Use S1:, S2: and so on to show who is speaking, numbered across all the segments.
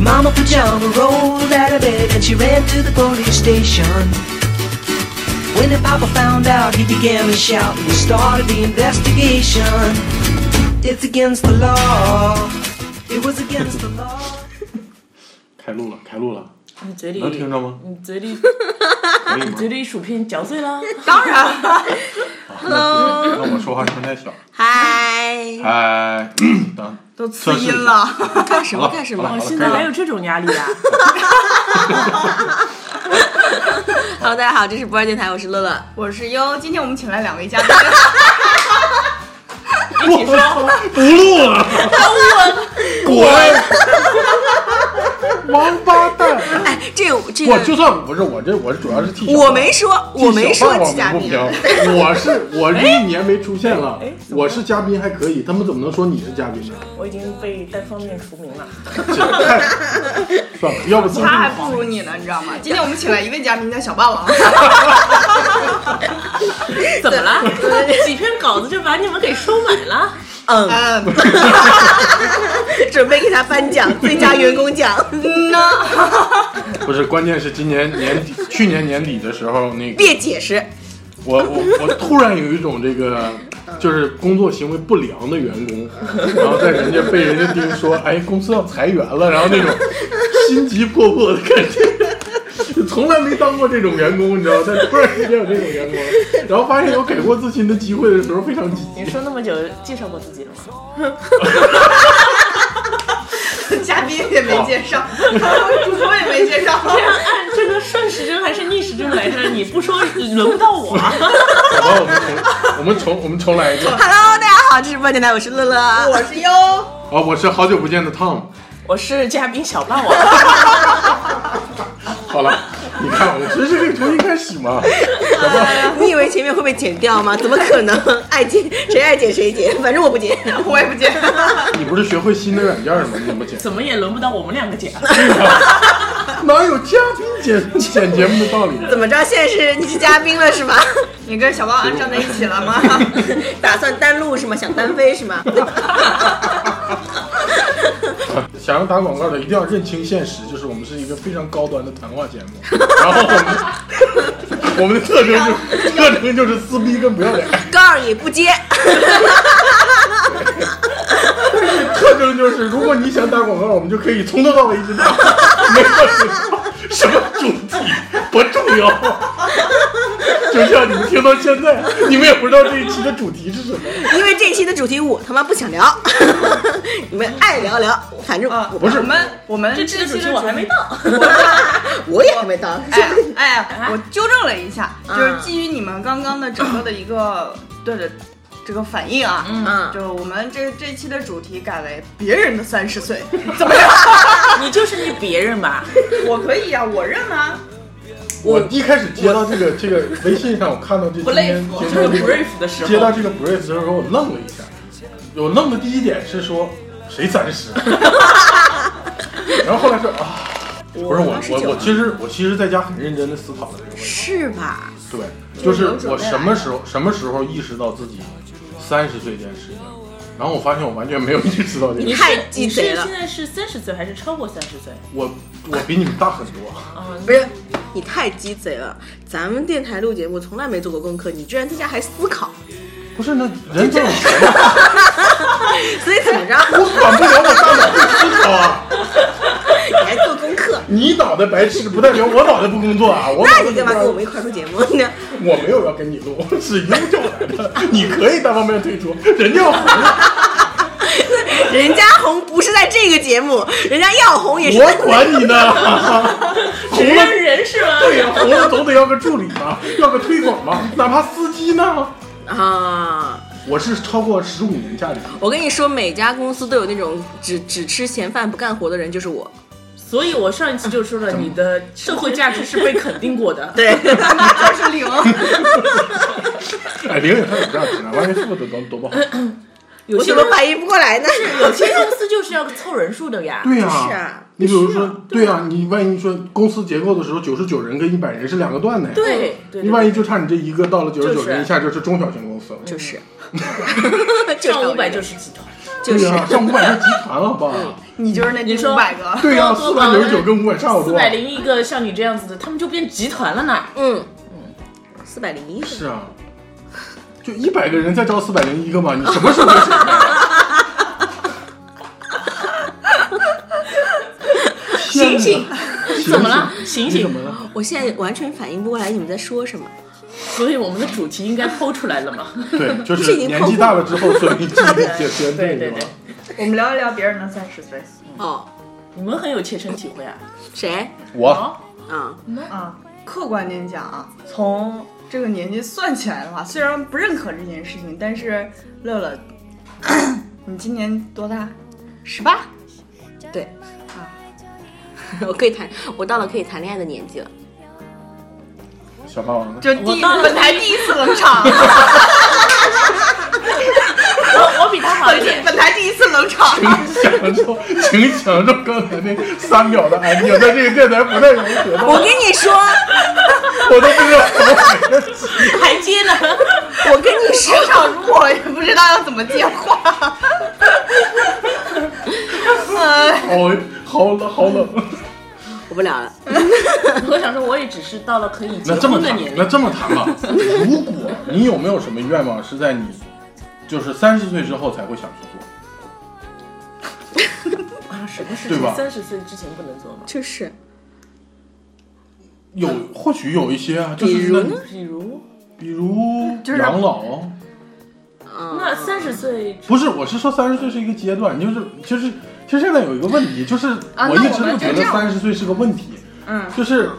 S1: Mama Pajama rolled out of bed and she ran to the police station. When the papa found out, he began to shout and we started the investigation. It's against the law. It was against the law.
S2: 开录了，开录了，
S3: 你嘴里
S2: 能听着吗？
S3: 你嘴里
S2: 可以吗
S3: 嘴？里薯片嚼碎了，
S4: 当然，
S2: 那我说话声太小。
S4: 嗨，
S2: 哎，等
S4: 都次音了，
S5: 干什
S2: 好
S5: 么
S2: 了
S5: 干什
S2: 好
S5: 么
S2: 了？
S3: 哦，现在还有这种压力啊！
S5: Hello，大家好，这是不二电台，我是乐乐。
S4: 我是优，今天我们请来两位嘉宾，
S2: 我不录了，滚！ 王八蛋！
S5: 哎，这个这
S2: 我就
S5: 个
S2: 算不是我这，我主要是替小
S5: 我
S2: 胖
S5: 没说，我没
S2: 替小
S5: 说
S2: 胖
S5: 嘉
S2: 我们不
S5: 宾，
S2: 平，我是我这一年没出现了，我是嘉宾还可以，他们怎么能说你是嘉宾呢？啊
S3: 我已经被单方面除名了。
S2: 算了，要不自己
S4: 他还不如你呢，你知道吗？今天我们请来一位嘉宾叫小霸王，
S3: 怎么了？ 几篇稿子就把你们给收买了？
S5: 嗯，
S4: 嗯，
S5: 准备给他颁奖，最佳员工奖。
S2: 不是，关键是今年年底，去年年底的时候，那个
S5: 别解释，嗯
S2: 我我我突然有一种这个就是工作行为不良的员工，然后在人家被人家盯说， 哎，公司要裁员了，然后那种心急迫迫的感觉，从来没当过这种员工，你知道吗？但突然之间有这种员工，然后发现有给过自己的机会的时候，非常积极。
S3: 你说那么久，介绍过自己了吗？
S4: 嘉宾也没介绍， 主播也没介绍，
S3: 这样按这个顺时针还是逆时针来着？你不说轮不到我。
S2: 好吧，我们重我们重我们重来一个
S5: h e 大家好，这是不二电台，我是乐乐。
S4: 我是优，
S2: 啊！我是好久不见的 Tom。
S3: 我是嘉宾小霸王，
S2: 好了，你看我们随时可以重新开始嘛。
S5: 你以为前面会被剪掉吗？怎么可 能？爱剪谁爱剪谁剪，反正我不剪。
S4: 我也不介绍，
S2: 你不是学会新的软件了吗？你怎么剪？
S3: 怎么也轮不到我们两个讲。
S2: 哪有嘉宾剪剪节目的道理？
S5: 怎么着？现在是你是嘉宾了是 吧？
S4: 你跟小霸王站在一起了吗？
S5: 打算单录是吗？想单飞是 吗？
S2: 想要打广告的一定要认清现实，就是我们是一个非常高端的谈话节目，然后我们我们的特征就是特征就是撕逼跟不要脸，
S5: 告诉你不接，
S2: 特征就是如果你想打广告，我们就可以从头到尾一直打，没有什么什么主题不重要。就像你们听到现在，你们也不知道这一期的主题是什么。
S5: 因为这期的主题我他妈不想聊， 你们爱聊聊，反正
S4: 啊，
S5: 我
S2: 不是
S4: 我们我们
S3: 这期
S4: 期的
S3: 的
S4: 主哎
S3: 主
S4: 题
S3: 题我还没到。
S5: 我也还没到。
S4: 哎哎，我纠正了一下，就是
S5: 嗯
S4: 基于你们刚刚的整个的一个对的这个反应啊，
S5: 嗯
S4: 就是我们这这期的主题改为别人的三十岁，
S3: 你就是那别人吧？
S4: 我可以啊，我认啊，
S2: 我一开始接到这个这个微信上，我看到这今天
S3: 服
S2: 今
S3: 这个
S2: 天这个
S3: brief 的时候
S2: 接到这个 brief 的时候，我愣了一下。我愣的第一点是说谁三 十，然后后来说啊，不是我我我其实我其实在家很认真的思考了这个问题，
S5: 是吧？
S2: 对，就是我什么时候什么时候意识到自己三十岁这件事情，然后我发现我完全没有意识到这
S3: 你
S2: 个，
S3: 是
S5: 太鸡
S3: 你是
S5: 贼了
S3: 现在是三十岁还是超过三十岁？
S2: 我我比你们大很多，
S5: 不是，你太鸡贼了。咱们电台录节目从来没做过功课，你居然在家还思考，
S2: 不是那人总有钱嘛，
S5: 所以怎么着？
S2: 我管不了我大脑会思考啊。
S5: 你还做功课？
S2: 你脑袋白痴不代表我脑袋不工作 啊！我
S5: 那你干嘛跟我们一块儿录节目呢？
S2: 我没有要跟你录， 是悠悠来的。你可以单方面退出，人家要红，
S5: 人家红不是在这个节目，人家要红也是在
S2: 我管你呢。 红了
S3: 认人是吗？
S2: 对呀，红了总得要个助理吧，要个推广吧，哪怕司机呢。
S5: 啊。
S2: 我是超过十五年驾龄，
S5: 我跟你说，每家公司都有那种只只吃闲饭不干活的人，就是我。
S3: 所以我上一期就说了，你的社会价值是被肯定过的。
S5: 对，
S4: 二十零，
S2: 哎，玲也太有价值了，万一富的多多不好。
S3: 有
S5: 我
S3: 些
S5: 怎
S3: 公
S5: 么反应不过来呢？
S3: 有些公司就是要凑人数的呀。
S2: 对呀、
S5: 是啊
S2: 你比如说，对呀、你万一说公司结构的时候，九十九人跟一百人是两个段的呀。
S3: 对
S2: 你
S3: 对对，
S2: 万一就差你这一个，到了九十
S3: 就
S2: 九
S3: 是
S5: 嗯
S2: 人，一下就是中小型公司了。
S5: 就是，
S3: 上五百就是是集团。嗯
S5: 就
S2: 对
S5: 是
S4: 啊
S2: 呀、上五百个集团了吧？
S4: 你就是那第
S3: 你说
S4: 五百个，
S2: 对呀、
S3: 多
S2: 四
S3: 多
S2: 百
S3: 忙
S2: 九十九跟五百差不
S3: 四
S2: 多。
S3: 百零一个像你这样子的，他们就变集团了呢。
S5: 嗯嗯，四百零一
S2: 是啊，就一百个人再招四百零一个嘛，你什么时候能想开？
S3: 醒醒，怎么了？
S2: 你
S3: 醒
S2: 怎么
S3: 醒！
S2: 了？
S5: 我现在完全反应不过来你们在说什么。
S3: 所以我们的主题应该剖出来了嘛？
S2: 对，就
S5: 这
S2: 是
S5: 已经
S2: 年纪大了之后，所以记忆也偏
S3: 对
S2: 对
S3: 对对
S2: 吧？
S4: 我们聊一聊别人的三十岁。
S5: 哦，
S3: 你们很有切身体会啊。
S5: 谁？
S2: 我
S3: 好，
S5: 啊、
S4: 啊，客观点讲啊，从这个年纪算起来的话，虽然不认可这件事情，但是乐乐， 你今年多大？十八。
S5: 对，我可以谈，我到了可以谈恋爱的年 纪了。
S2: 小霸王呢，
S4: 就第
S3: 我
S4: 一
S3: 当然
S4: 本台第一次冷场，
S3: 我我比他好一点
S4: 本。本台第一次冷场。
S2: 请享受，请享受刚才那三秒的安静，在这个电台不太容易得到，
S5: 我跟你说，
S2: 我都不知道怎么回事。
S3: 还接呢？
S5: 我跟你 说，
S4: 冷场如果也不知道要怎么接话。呃，
S2: 好好冷，好冷。
S5: 我不聊了。
S3: 我想说，我也只是到了可以结
S2: 那这么
S3: 婚的
S2: 谈
S3: 年，
S2: 那
S3: 龄。
S2: 这么谈吧， 如果你有没有什么愿望是在你就是三十岁之后才会想去做？
S3: 啊，什么事
S2: 对吧
S3: 情三十岁之前不能做吗？
S5: 就是，
S2: 有，或许有一些啊，就是
S5: 比如呢
S3: 比如，
S2: 比如
S4: 就是
S2: 养老。啊
S5: 嗯，
S3: 那三十岁
S2: 不是，我是说三十岁是一个阶段，就是就是，其实现在有一个问题，就是
S4: 啊
S2: 我
S4: 那
S2: 一
S4: 我
S2: 直
S4: 们
S2: 不
S4: 就
S2: 觉
S4: 这
S2: 得
S4: 样
S2: 三十岁是个问题，
S4: 嗯，
S2: 就是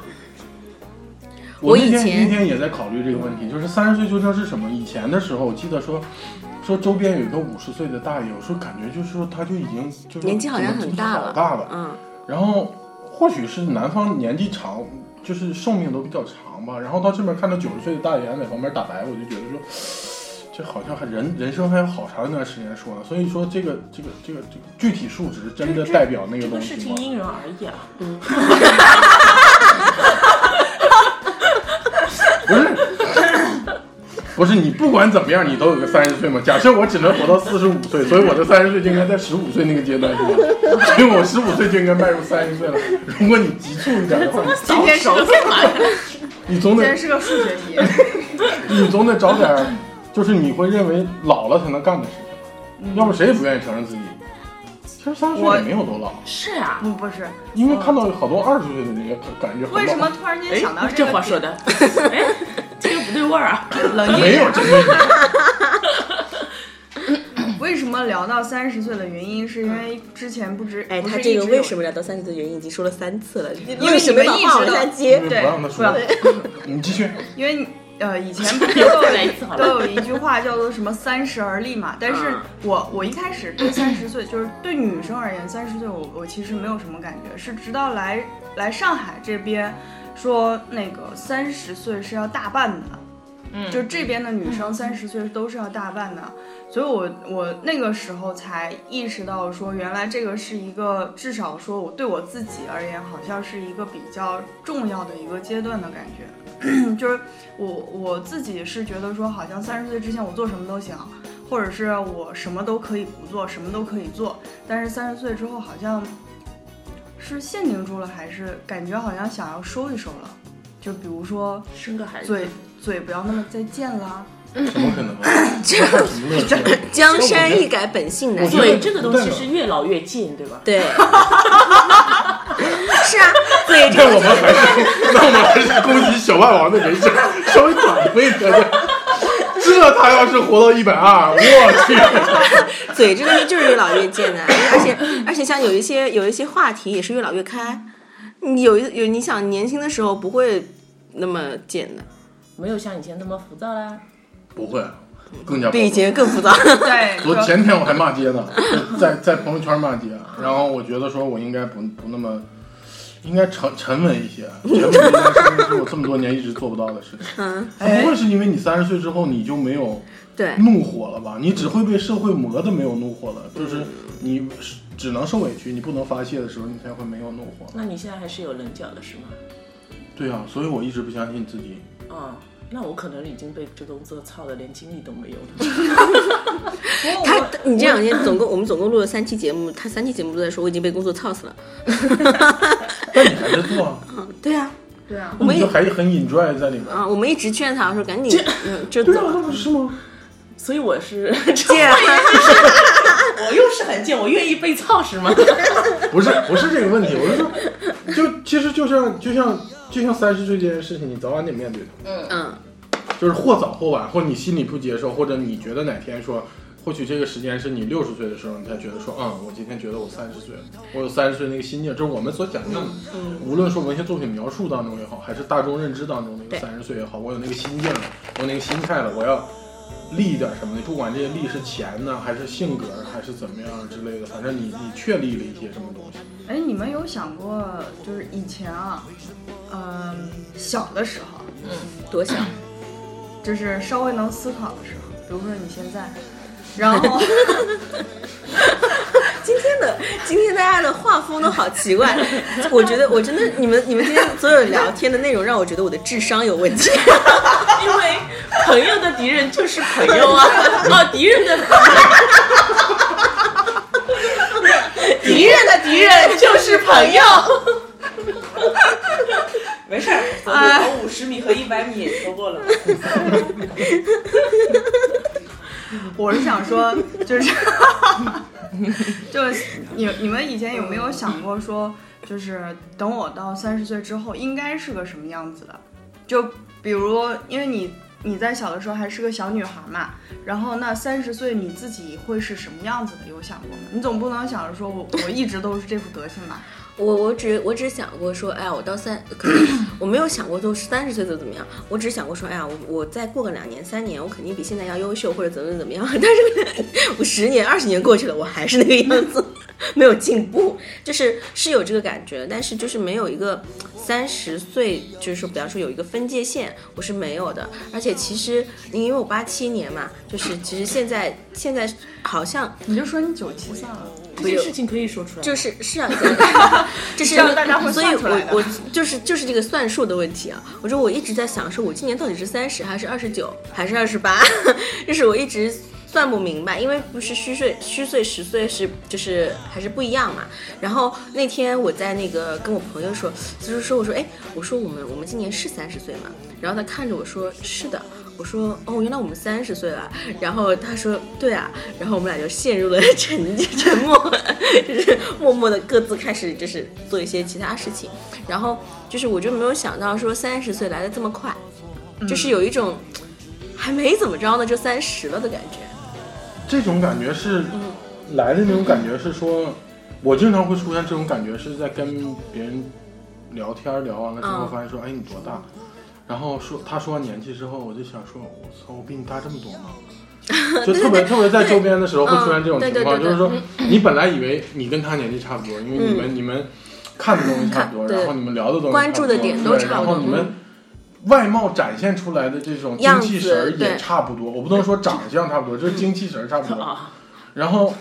S5: 我
S2: 那
S5: 以
S2: 天
S5: 前
S2: 那天也在考虑这个问题，就是三十岁究竟是什么？以前的时候，我记得说说周边有一个五十岁的大爷，我说感觉就是说他就已经就是
S5: 年纪好像
S2: 怎
S5: 很
S2: 么
S5: 大
S2: 就是好
S5: 了。
S2: 大了，
S5: 嗯，
S2: 然后或许是南方年纪长，就是寿命都比较长吧。然后到这边看到九十岁的大爷还在旁边打牌，我就觉得说，这好像还人人生还有好长一段时间说呢。所以说这个这个这个这个具体数值真的代表那
S3: 这
S2: 个
S3: 个
S2: 东
S3: 事
S2: 西
S3: 情
S2: 吗？
S3: 因人而异啊。
S2: 不是。不是你不管怎么样，你都有个三十岁嘛。假设我只能活到四十五岁，所以我的三十岁就应该在十五岁那个阶段，是吧？所以我十五岁就应该迈入三十岁了。如果你急促一点的话，
S4: 今天是
S3: 早
S4: 个
S3: 熟干嘛呀？
S2: 你总
S4: 今
S2: 得
S4: 天是个数学题。
S2: 你总得找点儿，就是你会认为老了才能干的事
S4: 嗯
S2: 情，要不谁也不愿意承认自己。其实三十岁也没有多老，
S3: 是啊。
S4: 不不是，
S2: 因为看到有好多二十岁的那个感觉很老。
S4: 嗯为什么突然间
S3: 哎
S4: 想到，
S3: 这
S4: 这个
S3: 话说的，哎，这个不对味儿啊。
S4: 冷静一
S2: 没
S4: 点
S2: 有这个意
S4: 为什么聊到三十岁的原因，是因为之前不知
S5: 哎，
S4: 不
S5: 他
S4: 是
S5: 这
S4: 一
S5: 个
S4: 直
S5: 为
S4: 有
S5: 什么聊到三十岁的原因已经说了三次了，因
S4: 为
S5: 什
S4: 你
S5: 么
S4: 们
S5: 老
S4: 一
S5: 往
S4: 直
S5: 下
S4: 都嗯
S5: 接？
S2: 思，不
S4: 对
S2: 让他
S4: 不要
S2: 说，你继续。
S4: 因为呃以前 不是都
S3: 再来一次好
S4: 有
S3: 了嗯
S4: 都有一句话叫做什么“三十而立”嘛，但是我我一开始对三十岁，就是对女生而言，三十岁我我其实没有什么感觉，是直到来来上海这边说那个三十岁是要大办的。
S3: 嗯
S4: 就这边的女生三十岁都是要大办的，所以我我那个时候才意识到说，原来这个是一个至少说我对我自己而言，好像是一个比较重要的一个阶段的感觉， 就是我我自己是觉得说，好像三十岁之前我做什么都行，或者是我什么都可以不做，什么都可以做，但是三十岁之后好像是限定住了，还是感觉好像想要收一收了，就比如说。
S3: 生个孩子
S4: 嘴，嘴不要那么再见 啦。
S2: 怎么可能？这
S5: 江山易改，本性难
S2: 我觉得
S5: 移。
S3: 嘴这个东西是越老越近，对吧？
S5: 对，是啊，嘴这
S2: 那
S5: 个
S2: 我们还是那我们还是恭喜小霸王的人生稍微转回一点点。这他要是活到一百二，我去！
S5: 嘴这东西就是越老越贱的，而且而且像有一些有一些话题也是越老越开。你有一有你想年轻的时候不会那么贱的，
S3: 没有像以前那么浮躁啦。
S2: 不会，更加不会
S5: 比以前更浮躁。
S4: 对，
S2: 昨前 天我还骂街呢，在在朋友圈骂街，然后我觉得说我应该不不那么，应该沉沉稳一些，沉稳一些是是我这么多年一直做不到的事情。
S5: 嗯，
S2: 它不会是因为你三十岁之后你就没有
S5: 对，
S2: 怒火了吧？你只会被社会磨的没有怒火了，就是你只能受委屈，你不能发泄的时候，你才会没有怒火。
S3: 那你现在还是有棱角的是吗？
S2: 对啊，所以我一直不相信自己。
S3: 啊、那我可能已经被这工作操的连精力都没有了。
S4: 不过
S5: 他
S4: 我
S5: 你这两天总共我们总共录了三期节目，他三期节目都在说我已经被工作操死了。
S2: 但你还在做啊，
S5: 对啊，
S4: 对啊，
S5: 我们
S2: 你
S5: 也
S2: 就还很 enjoy 在里面。
S5: 啊，我们一直劝他说赶紧嗯就
S2: 对
S5: 走
S2: 啊，。那不是吗？
S3: 所以我是，
S5: 见
S6: 啊
S3: 我又是很贱，我愿意被操是吗？
S2: 不是不是这个问题，我是说，就其实就像就像就像三十岁这件事情，你早晚得面对的。
S5: 嗯，
S2: 就是或早或晚，或你心里不接受，或者你觉得哪天说，或许这个时间是你六十岁的时候，你才觉得说，嗯，我今天觉得我三十岁了，我有三十岁那个心境，就是我们所想象的，无论说文学作品描述当中也好，还是大众认知当中那个
S5: 对
S2: 三十岁也好，我有那个心境了，我有那个心态了，我要立一点什么的，不管这些立是钱呢，还是性格，还是怎么样之类的，反正你你确立了一些什么东西。
S4: 哎，你们有想过，就是以前啊，嗯、小的时候，
S5: 多想。
S4: 就是稍微能思考的时候，比如说你现在，然后
S5: 今天的今天大家的画风都好奇怪，我觉得我真的你们你们今天所有聊天的内容让我觉得我的智商有问 题。
S3: 因为朋友的敌人就是朋友啊，哦，敌人的敌人，敌人的敌人就是朋友。
S6: 没 事儿，走走五十米和一百米也说过了。
S4: 我是想说，就是 就是你你们以前有没有想过说，就是等我到三十岁之后应该是个什么样子的？就比如，因为你你在小的时候还是个小女孩嘛，然后那三十岁你自己会是什么样子的？有想过吗？你总不能想着说我我一直都是这副德行吧？
S5: 我我只我只想过说，哎呀，我到三，可能我没有想过都三十岁就怎么样，我只想过说，哎呀，我我再过个两年三年，我肯定比现在要优秀或者怎么怎么样。但 是我十年二十年过去了，我还是那个样子， 没有进步，就是是有这个感觉，但是就是没有一个三十岁，就是说比方说有一个分界线，我是没有的。而且其实因为我八七年嘛，就是其实现在现在好像
S4: 你就说你九七算了，
S3: 这件事情可以说出来，
S5: 就是是啊，在 就是
S4: 这样大家会
S5: 所以
S4: 算出来
S5: 我
S4: 的
S5: 我就是就是这个算数的问题啊。我说我一直在想，说我今年到底是三十还是二十九还是二十八， 就是我一直算不明白，因为不是虚岁虚岁实岁是就是还是不一样嘛。然后那天我在那个跟我朋友说，就是说我说哎，我说我们我们今年是三十岁嘛，然后他看着我说是的。我说哦，原来我们三十岁了。然后他说对啊，然后我们俩就陷入了沉沉默，就是默默的各自开始就是做一些其他事情。然后就是我就没有想到说三十岁来的这么快，
S2: 嗯
S5: 就是有一种还没怎么着呢就三十了的感觉。
S2: 这种感觉是
S5: 嗯
S2: 来的那种感觉是说，我经常会出现这种感觉，是在跟别人聊天聊完了之后，
S5: 嗯
S2: 发现说，哎，你多大？然后说他说完年纪之后，我就想说，我操，我比你大这么多吗？ 就特别特别在周边的时候会出现这种
S5: 嗯对
S2: 情
S5: 对对
S2: 况，
S5: 对
S2: 就是说你本来以为你跟他年纪差不多，因为你们你们看的东西差不多，
S5: 嗯看对
S2: 然后你们聊的东西
S5: 关注的点都
S2: 对
S5: 差不
S2: 然后
S5: 多
S2: 你们外貌展现出来的这种精
S5: 样
S2: 气
S5: 子
S2: 神儿也
S5: 对
S2: 差不多，我不能说长相差不多，就是 精气神儿差不 多。
S3: 啊，
S2: 然后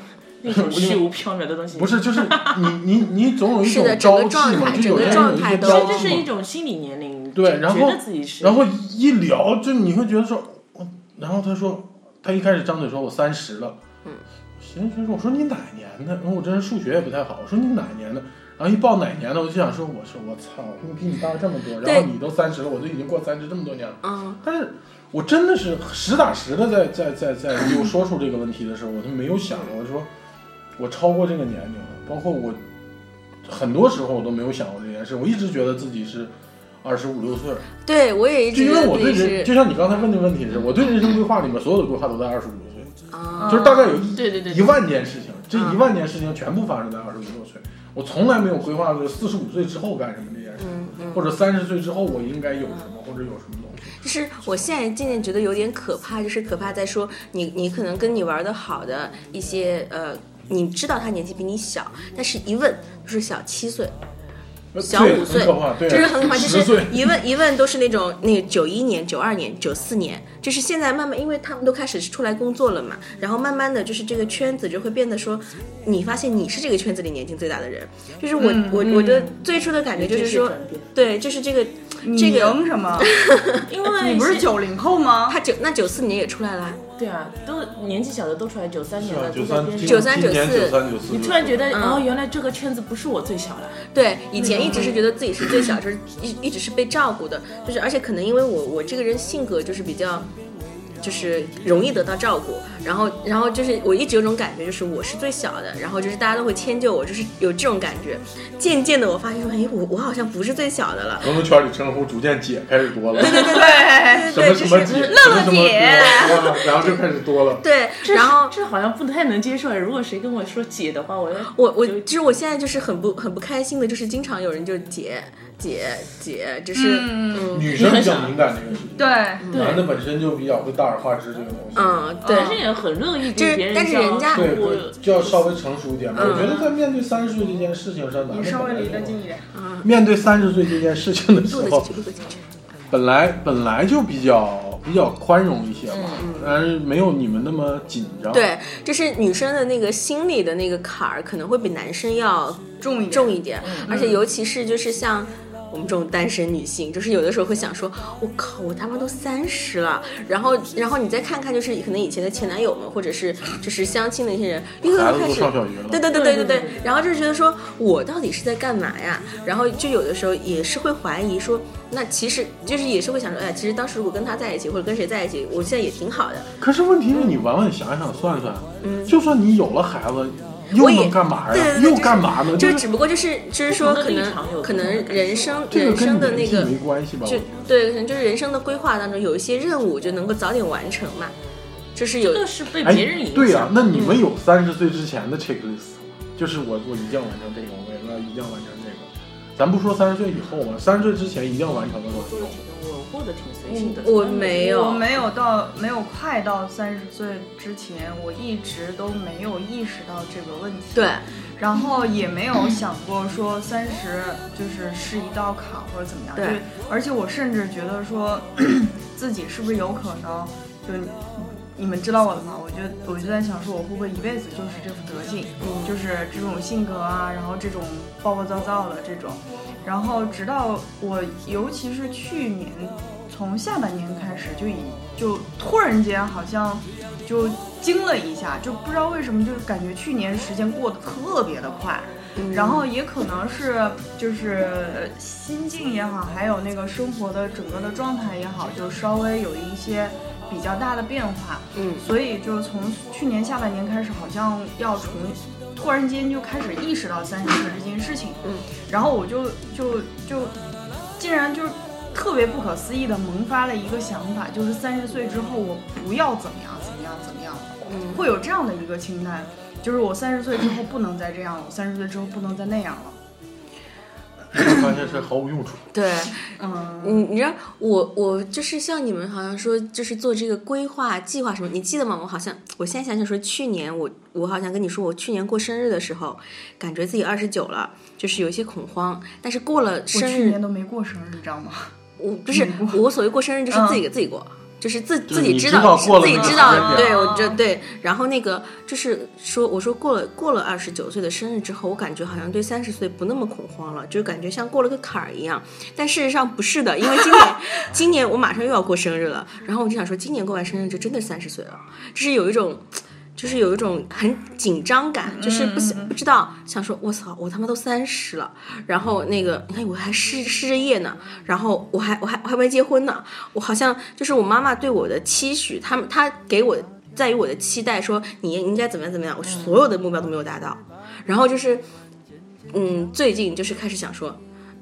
S3: 那种虚无缥缈的东西，
S2: 不是，就是你你你总有一
S5: 是的
S2: 种
S5: 整个
S2: 朝气
S5: 状
S2: 嘛，
S5: 态
S2: 就有
S5: 整个
S2: 些人有
S5: 状
S2: 一
S5: 态
S2: 些
S5: 都
S2: 朝
S3: 这这
S2: 气
S3: 是一
S2: 嘛。
S3: 种心理年龄，
S2: 对然后
S3: 觉得自己是，
S2: 然后一聊，就你会觉得说，我，然后他说，他一开始张嘴说我三十了，
S5: 嗯，
S2: 寻思说，我说你哪年的？然后我这人数学也不太好，我说你哪年的？然后一报哪年的，我就想说，我说我操，我比你大这么多，然后
S5: 对
S2: 你都三十了，我都已经过三十这么多年了。
S5: 嗯，
S2: 但是我真的是实打实的在在在在有说出这个问题的时候，我就没有想过，我说我超过这个年龄了，包括我很多时候我都没有想过这件事，我一直觉得自己是二十五六岁儿，
S5: 对我也一
S2: 就
S5: 直
S2: 因
S5: 觉
S2: 为
S5: 得
S2: 我
S5: 自
S2: 对
S5: 己
S2: 人，
S5: 是
S2: 就像你刚才问的问题是，我对人生规划里面所有的规划都在二十五六岁，
S5: 啊，
S2: 就是大概有一
S3: 对对对
S2: 一万件事情，这
S5: 嗯
S2: 一万件事情全部发生在二十五六岁，我从来没有规划过四十五岁之后干什么这件事，
S5: 嗯嗯。
S2: 或者三十岁之后我应该有什么或者有什么东西。
S5: 就是我现在渐渐觉得有点可怕，就是可怕在说你，你可能跟你玩的好的一些呃，你知道他年纪比你小，但是一问就是小七岁，
S2: 呃
S5: 小
S2: 对
S5: 五岁
S2: 很可怕，对，
S5: 就是很可怕，就
S2: 10岁
S5: 是一问一问都是那种那九一年、九二年、九四年，就是现在慢慢，因为他们都开始出来工作了嘛，然后慢慢的就是这个圈子就会变得说，你发现你是这个圈子里年纪最大的人，就是我、我我的最初的感觉就是
S3: 嗯这是
S5: 说
S3: 转变，
S5: 对，就是这个呃
S4: 你
S5: 这个
S4: 赢什么？
S3: 因为
S4: 你不是
S3: 现
S4: 九零后吗？
S5: 他九那九四年也出来了啊，
S3: 对啊，都年纪小的都出来，九三年
S2: 啊
S3: 的
S7: 九
S3: 都在
S7: 三
S3: 边上。
S5: 九三
S7: 今年
S5: 九四
S7: 九三九四，
S3: 你突然觉得，
S5: 嗯
S3: 哦，原来这个圈子不是我最小了。
S5: 对，以
S2: 嗯
S5: 前一直是觉得自己是最小，就是一一直是被照顾的，就是而且可能因为我我这个人性格就是比较，就是容易得到照顾，然后然后就是我一直有种感觉，就是我是最小的，然后就是大家都会迁就我，就是有这种感觉。渐渐的我发现说，哎，我我好像不是最小的了。
S2: 朋友圈里称呼逐渐姐开始多了，
S5: 对对对
S2: 什么
S5: 对
S2: 什
S5: 对，
S2: 么
S5: 就
S2: 姐，
S5: 是
S2: 什
S5: 乐
S2: 么什么哥
S5: 乐姐，
S2: 哇然后就开始多了。
S5: 对，
S3: 这
S5: 然后
S3: 这好像不太能接受。啊如果谁跟我说姐的话，我要
S5: 我我其实我现在就是很不很不开心的，就是经常有人就姐姐姐，就是嗯
S2: 女生比较敏感这个事情，
S4: 对，
S2: 男的本身就比较会大而化之这个东西。
S5: 嗯对
S3: 男生也很乐意
S5: 就
S3: 跟
S5: 是
S3: 别人啊
S5: 但是人家
S2: 对，
S3: 我
S2: 对就要稍微成熟一点。我
S5: 嗯
S2: 觉得在面对三十岁这件事情上，男
S4: 你
S2: 的
S4: 稍微
S2: 本来
S4: 离
S2: 就
S4: 得近一点。
S2: 面对三十岁这件事情的时
S5: 录得
S2: 候
S5: 进，去录得进去。
S2: 本来本来就比较比较宽容一些吧，但是没有你们那么紧张。，
S5: 嗯对，就是女生的那个心理的那个坎儿，可能会比男生要
S4: 重一点
S5: 重一点，而且尤其是就是像。我们这种单身女性，就是有的时候会想说，我靠，我他妈都三十了，然后，然后你再看看，就是可能以前的前男友们，或者是就是相亲的一些人，又
S2: 孩子
S5: 开
S2: 都
S5: 始
S2: 上小学了
S5: 对对对对对对，然后就觉得说我到底是在干嘛呀？然后就有的时候也是会怀疑说，那其实就是也是会想说，哎呀，其实当时如果跟他在一起，或者跟谁在一起，我现在也挺好的，
S2: 可是问题是你晚晚想想算算，就算你有了孩子，又
S5: 嗯我也
S2: 能干嘛
S5: 对
S2: 呀？
S5: 对对
S2: 又干嘛呢？
S5: 就
S2: 就是
S5: 只不过就是就是
S3: 不
S5: 说，可
S3: 同的立场有
S5: 能可
S3: 不同的
S5: 能
S3: 感受
S5: 人生
S2: 这个
S5: 人生
S2: 跟
S5: 的
S2: 年
S5: 那
S2: 纪
S5: 个
S2: 没关系吧？我觉
S5: 就
S2: 得
S5: 对，可能就是人生的规划当中有一些任务就能够早点完成嘛，就 是有
S3: 这个是被
S2: 哎
S3: 别人影响。
S2: 对呀、那你
S5: 嗯
S2: 们有三十岁之前的 checklist 吗？就是我我一定要完成这个，我要一定要完成这个。咱不说三十岁以后吧，三十岁之前一定要完成的
S3: 我
S2: 都
S3: 做
S2: 有
S3: 的。挺，我过得挺随性的。
S5: 嗯我没有
S3: 啊
S4: 我没有到没有快到三十岁之前，我一直都没有意识到这个问题。
S5: 对，
S4: 然后也没有想过说三十就是是一道坎或者怎么样。
S5: 对
S4: 就，而且我甚至觉得说 自己是不是有可能，就你你们知道我的吗？我就我就在想说，我会不会一辈子就是这副德性，就是这种性格啊，然后这种暴暴躁躁的这种。然后直到我，尤其是去年，从下半年开始就已就突然间好像就惊了一下，就不知道为什么，就感觉去年时间过得特别的快。
S5: 嗯
S4: 然后也可能是就是呃心境也好，还有那个生活的整个的状态也好，就稍微有一些比较大的变化。
S5: 嗯
S4: 所以就从去年下半年开始，好像要重，突然间就开始意识到三十岁这件事情。
S5: 嗯，
S4: 然后我就就就竟然就特别不可思议的萌发了一个想法，就是三十岁之后我不要怎么样怎么样怎么样，
S5: 嗯
S4: 会有这样的一个清单，就是我三十岁之后不能再这样了，我三十岁之后不能再那样了。
S2: 发现是毫无用处。
S5: 对，
S4: 嗯，
S5: 你你知道我我就是像你们好像说就是做这个规划计划什么，你记得吗？我好像我现在想想说，去年我我好像跟你说，我去年过生日的时候，感觉自己二十九了，就是有一些恐慌，但是过了
S4: 我
S5: 生日
S4: 去年，都没过生日，你知道吗？
S5: 我不是我所谓过生日，就是自己给自己过，就是自
S2: 是
S5: 自己
S2: 你知
S5: 道
S2: 道过了
S5: 自己
S2: 那个
S5: 知
S2: 时间
S5: 道，
S2: 点啊
S5: 对我这对。然后那个就是说，我说过了过了二十九岁的生日之后，我感觉好像对三十岁不那么恐慌了，就感觉像过了个坎儿一样。但事实上不是的，因为今年今年我马上又要过生日了，然后我就想说，今年过完生日就真的三十岁了，就是有一种。就是有一种很紧张感，就是不想不知道，想说我操，我他妈都三十了，然后那个你看我还失失着业呢，然后我还我还我还没结婚呢，我好像就是我妈妈对我的期许，他们她给我在于我的期待，说你应该怎么样怎么样，我所有的目标都没有达到，然后就是嗯，最近就是开始想说。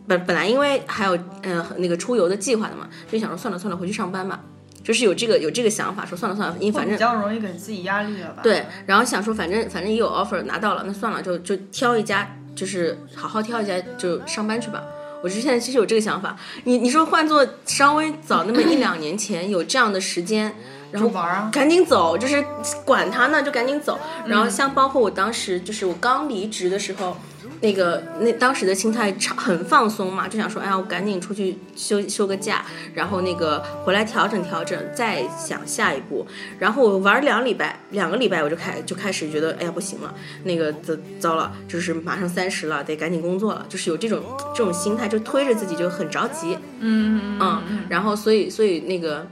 S5: 本本来因为还有呃那个出游的计划的嘛，就想说算了算了，回去上班吧，就是有这个有这个想法，说算了算了，因为反
S4: 会比
S5: 正
S4: 较容易给自己压力了吧？
S5: 对，然后想说反正反正也有 offer 拿到了，那算了，就就挑一家，就是好好挑一家就上班去吧。我就现在其实有这个想法，你你说换做稍微早那么一两年前有这样的时间，然后
S4: 就玩啊嗯
S5: 赶紧走，就是管他呢，就赶紧走。然后像包括我当时就是我刚离职的时候，那个那当时的心态超很放松嘛，就想说，哎呀，我赶紧出去休休个假，然后那个回来调整调整，再想下一步。然后我玩两礼拜，两个礼拜我就开就开始觉得，哎呀不行了，那个糟糟了，就是马上三十了，得赶紧工作了，就是有这种这种心
S4: 嗯
S5: 嗯态，就推着自己就很着急，嗯然后所以所以那个。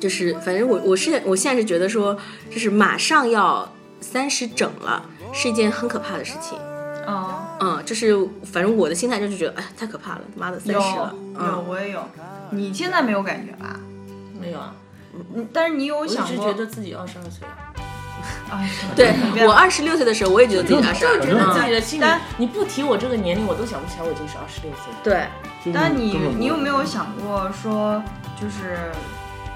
S5: 就是反正我我是我现在是觉得说，就是马上要三十整了，是一件很可怕的事情。
S4: 啊，
S5: 嗯，就是反正我的心态就是觉得，哎，太可怕了，妈的三
S4: 有
S5: 十了，
S4: 有
S5: 嗯，
S4: 我也有，你现在没有感觉吧？
S3: 没有啊，
S4: 嗯但是你有
S3: 我一
S4: 想
S3: 直
S4: 过
S3: 觉得自己二十二岁，
S4: 啊？是
S5: 对
S4: 你别
S5: 我二十六岁的时候，我也觉得自己二十
S3: 就
S5: 二
S3: 是
S5: 岁
S3: 觉得自
S5: 嗯，
S3: 己的心里
S4: 但，
S3: 你不提我这个年龄，我都想不起来我已经是二十六岁了。
S5: 对，
S2: 就是
S4: 但你
S2: 根本不
S4: 你有没有想过说，就是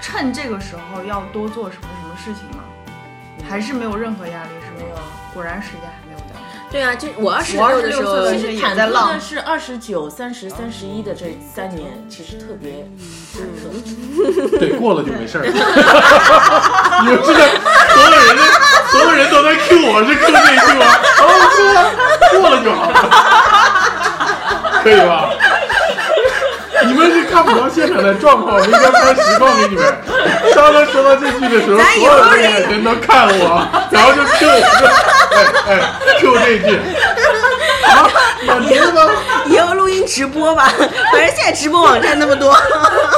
S4: 趁这个时候要多做什么什么事情吗？
S5: 嗯
S4: 还是没有任何压力是
S3: 没有
S4: 吗？
S3: 啊。
S4: 果然时间还没有到。
S5: 对啊，就我二十
S4: 我
S5: 六
S4: 26
S5: 的时
S4: 岁
S5: 候
S4: 的，
S3: 其
S4: 时候
S3: 实
S4: 也
S3: 忐
S4: 在
S3: 忑
S4: 浪
S3: 的是二十九、三十、三十一的这三年，其实特别嗯忐忑。
S2: 对，过了就没事儿。你们这个所有人的所有人都在 Q 我，是 Q 这一句吗？哦，对啊，过了就好了，可以吧？你们是看不着现场的状况，我应该拍实况给你们。刚刚说到这句的时候，所有的眼神都看我，然后就 Q 我说，哎哎，Q 这一句。啊，满足了吗？
S5: 以后录音直播吧，反正现在直播网站那么多，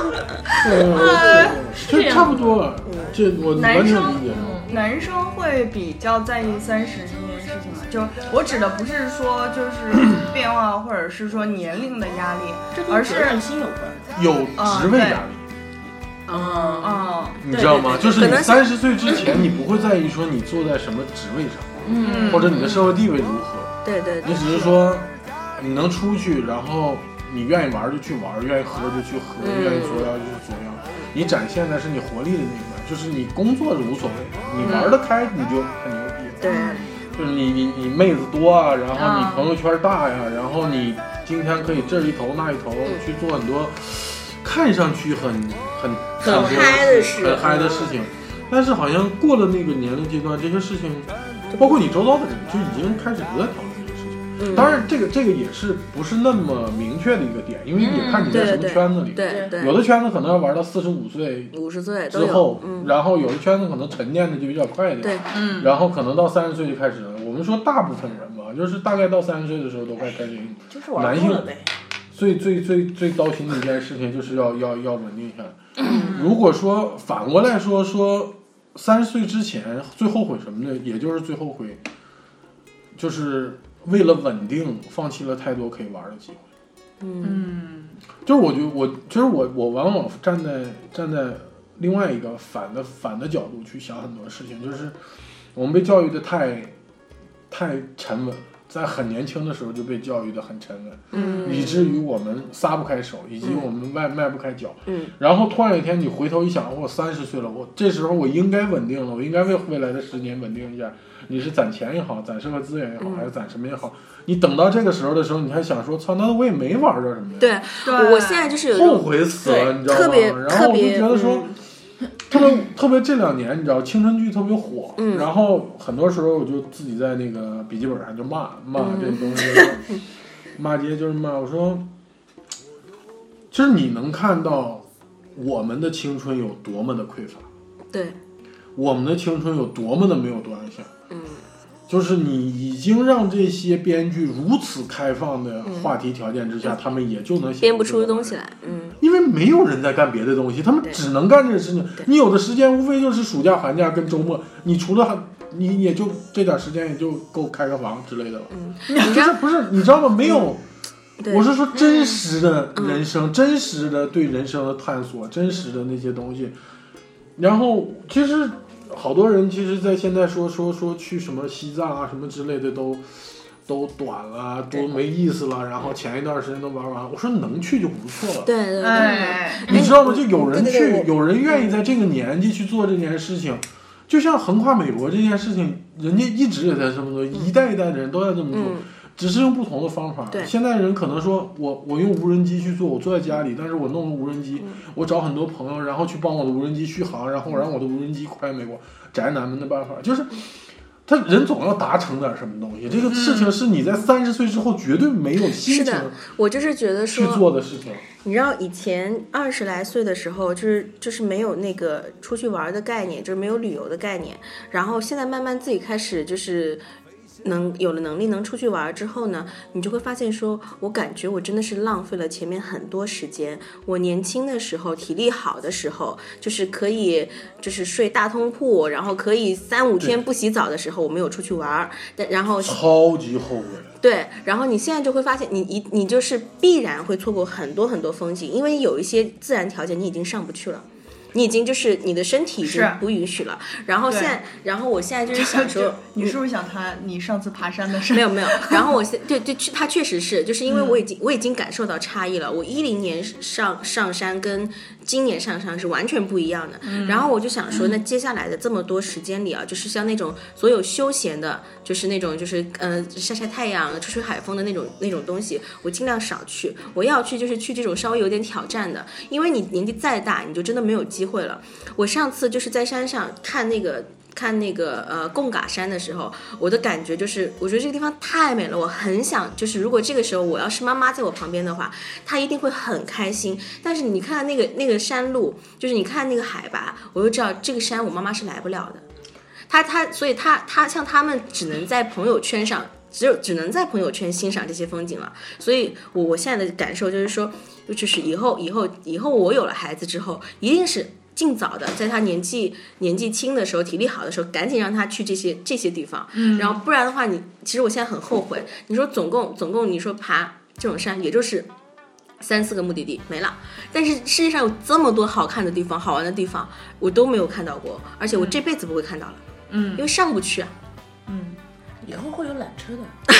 S2: 嗯，就差不多了。这我完全理解。
S4: 男生会比较在意三十这件事情吗？就我指的不是说就是 变化，或者是说年龄的压力，而是嗯
S3: 任心有关。
S2: 有职位压力。
S5: 嗯。
S4: 嗯
S2: 你知道吗？就
S3: 对对对
S2: 是你
S5: 可能是
S2: 三十岁之前，你不会在意说你坐在什么职位上，
S4: 嗯
S2: 或者你的社会地位如何，
S5: 对对对
S2: 你，只是说你能出去，然后你愿意玩就去玩，愿意喝就去喝，
S5: 嗯
S2: 愿意作妖就去作妖。你展现的是你活力的那一面，就是你工作无所谓，你玩得开你就很牛逼。
S5: 对，
S2: 就是你你你妹子多啊，然后你
S4: 啊
S2: 朋友圈大呀，
S5: 嗯
S2: 然后你今天可以这一头那一头去做很多看上去很很
S5: 很
S2: 多
S5: 嗨的事
S2: 很嗨的事情，但是好像过了那个年龄阶段，这些事情，包括你周遭的人，就已经开始不再讨论这些事情。
S5: 嗯，
S2: 当然，这个这个也是不是那么明确的一个点，因为也看你在
S5: 对
S2: 什么
S5: 对
S2: 圈子里。
S5: 嗯对对，
S2: 有的圈子可能要玩到四十五岁
S5: 五十岁
S2: 之
S5: 都
S2: 后
S5: 有，，嗯，
S2: 然后有的圈子可能沉淀的就比较快一点。
S5: 对，
S4: 嗯，
S2: 然后可能到三十岁就开始了。我们说大部分人吧，就是大概到三十岁的时候都快开始。
S3: 就是玩过了呗。
S2: 最最最最糟心的一件事情就是要要要稳定下来。如果说反过来说说三十岁之前最后悔什么呢？也就是最后悔，就是为了稳定放弃了太多可以玩的机会。
S4: 嗯
S2: 就是我觉得我其实我我往往站在站在另外一个反的反的角度去想很多事情，就是我们被教育的太太沉稳，在很年轻的时候就被教育的很沉稳，
S5: 嗯
S2: 以至于我们撒不开手，以及我们迈迈不开脚。
S5: 嗯，
S2: 然后突然有一天你回头一想，我三十岁了，我这时候我应该稳定了，我应该为未来的十年稳定一下。你是攒钱也好，攒社会资源也好，
S5: 嗯
S2: 还是攒什么也好，你等到这个时候的时候，你还想说，操，那我也没玩着什么呀。
S5: 对，
S4: 对
S5: 我现在就是有一
S2: 后
S5: 种
S2: 悔死了，你知道吗？
S5: 特别
S2: 然后
S5: 特
S2: 我就
S5: 别，
S2: 觉得说，
S5: 嗯
S2: 特别特别这两年，你知道青春剧特别火，
S5: 嗯
S2: 然后很多时候我就自己在那个笔记本上就骂骂
S5: 嗯
S2: 这个东西， 骂街就是骂。我说，其实你能看到我们的青春有多么的匮乏，
S5: 对，
S2: 我们的青春有多么的没有多样性。
S5: 嗯
S2: 就是你已经让这些编剧如此开放的话题条件之下，他们也就能写
S5: 嗯编不出
S2: 这种
S5: 东西来，嗯，
S2: 因为没有人在干别的东西，他们
S5: 对
S2: 只能干这个事情
S5: 对。
S2: 你有的时间无非就是暑假、寒假跟周末，你除了寒你也就这点时间也就够开个房之类的了。
S5: 嗯你知
S2: 就是
S5: 道，嗯
S2: 不是你知道吗？没有，
S5: 对，
S2: 我是说真实的人生，真实的对人生的探索，真实的那些东西。然后其实好多人其实，在现在说说说去什么西藏啊什么之类的都。都短了，都
S5: 对
S2: 没意思了。然后前一段时间都玩完，我说能去就不错了。
S5: 对对对，
S4: 哎，
S2: 你知道吗？就有人
S5: 对
S2: 去
S5: 对对，我
S2: 有人愿意在这个年纪去做这件事情，就像横跨美国这件事情，人家一直也在这么做，一代一代的人都在这么做，
S5: 嗯
S2: 只是用不同的方法。
S5: 对
S2: 现在人可能说我我用无人机去做，我坐在家里，但是我弄个无人机，
S5: 嗯
S2: 我找很多朋友，然后去帮我的无人机续航，然后我让我的无人机快美国，宅男们的办法就是。他人总要达成点什么东西，这个事情是你在三十岁之后绝对没有
S5: 嗯是
S2: 心情
S5: 的我就是觉得
S2: 去
S5: 说，
S2: 做的事情。
S5: 你知道以前二十来岁的时候，就是就是没有那个出去玩的概念，就是没有旅游的概念，然后现在慢慢自己开始就是。能有了能力能出去玩儿之后呢，你就会发现说，我感觉我真的是浪费了前面很多时间。我年轻的时候，体力好的时候，就是可以就是睡大通铺，然后可以三五天
S2: 对
S5: 不洗澡的时候，我没有出去玩儿，但然 后
S2: 超级后悔。
S5: 对，然后你现在就会发现你，你你就是必然会错过很多很多风景，因为有一些自然条件你已经上不去了。你已经就是你的身体已经
S4: 是
S5: 不允许了，然后现在，然后我现在就是想
S4: 就
S5: 说，
S4: 你是不是想谈你上次爬山的事？
S5: 没有没有，然后我现对对，确他确实是，就是因为我已经、我已经感受到差异了。我一零年上上山跟今年上山是完全不一样的。然后我就想说，那接下来的这么多时间里啊，就是像那种所有休闲的，就是那种就是呃晒晒太阳、吹吹海风的那种那种东西，我尽量少去。我要去就是去这种稍微有点挑战的，因为你年纪再大，你就真的没有机会了。我上次就是在山上看那个看那个呃贡嘎山的时候，我的感觉就是，我觉得这个地方太美了，我很想就是，如果这个时候我要是妈妈在我旁边的话，她一定会很开心。但是你看那个那个山路，就是你看那个海拔，我就知道这个山我妈妈是来不了的。她她，所以她她像他们只能在朋友圈上，只有只能在朋友圈欣赏这些风景了。所以我我现在的感受就是说，就是以后以后以后我有了孩子之后，一定是尽早的，在他年纪年纪轻的时候、体力好的时候，赶紧让他去这些这些地方。嗯，然后不然的话你，其实我现在很后悔。你说总共总共你说爬这种山，也就是。三四个目的地没了，但是世界上有这么多好看的地方、好玩的地方，我都没有看到过，而且我这辈子不会看到了，嗯，因为上不去啊。
S3: 以后会有缆车的。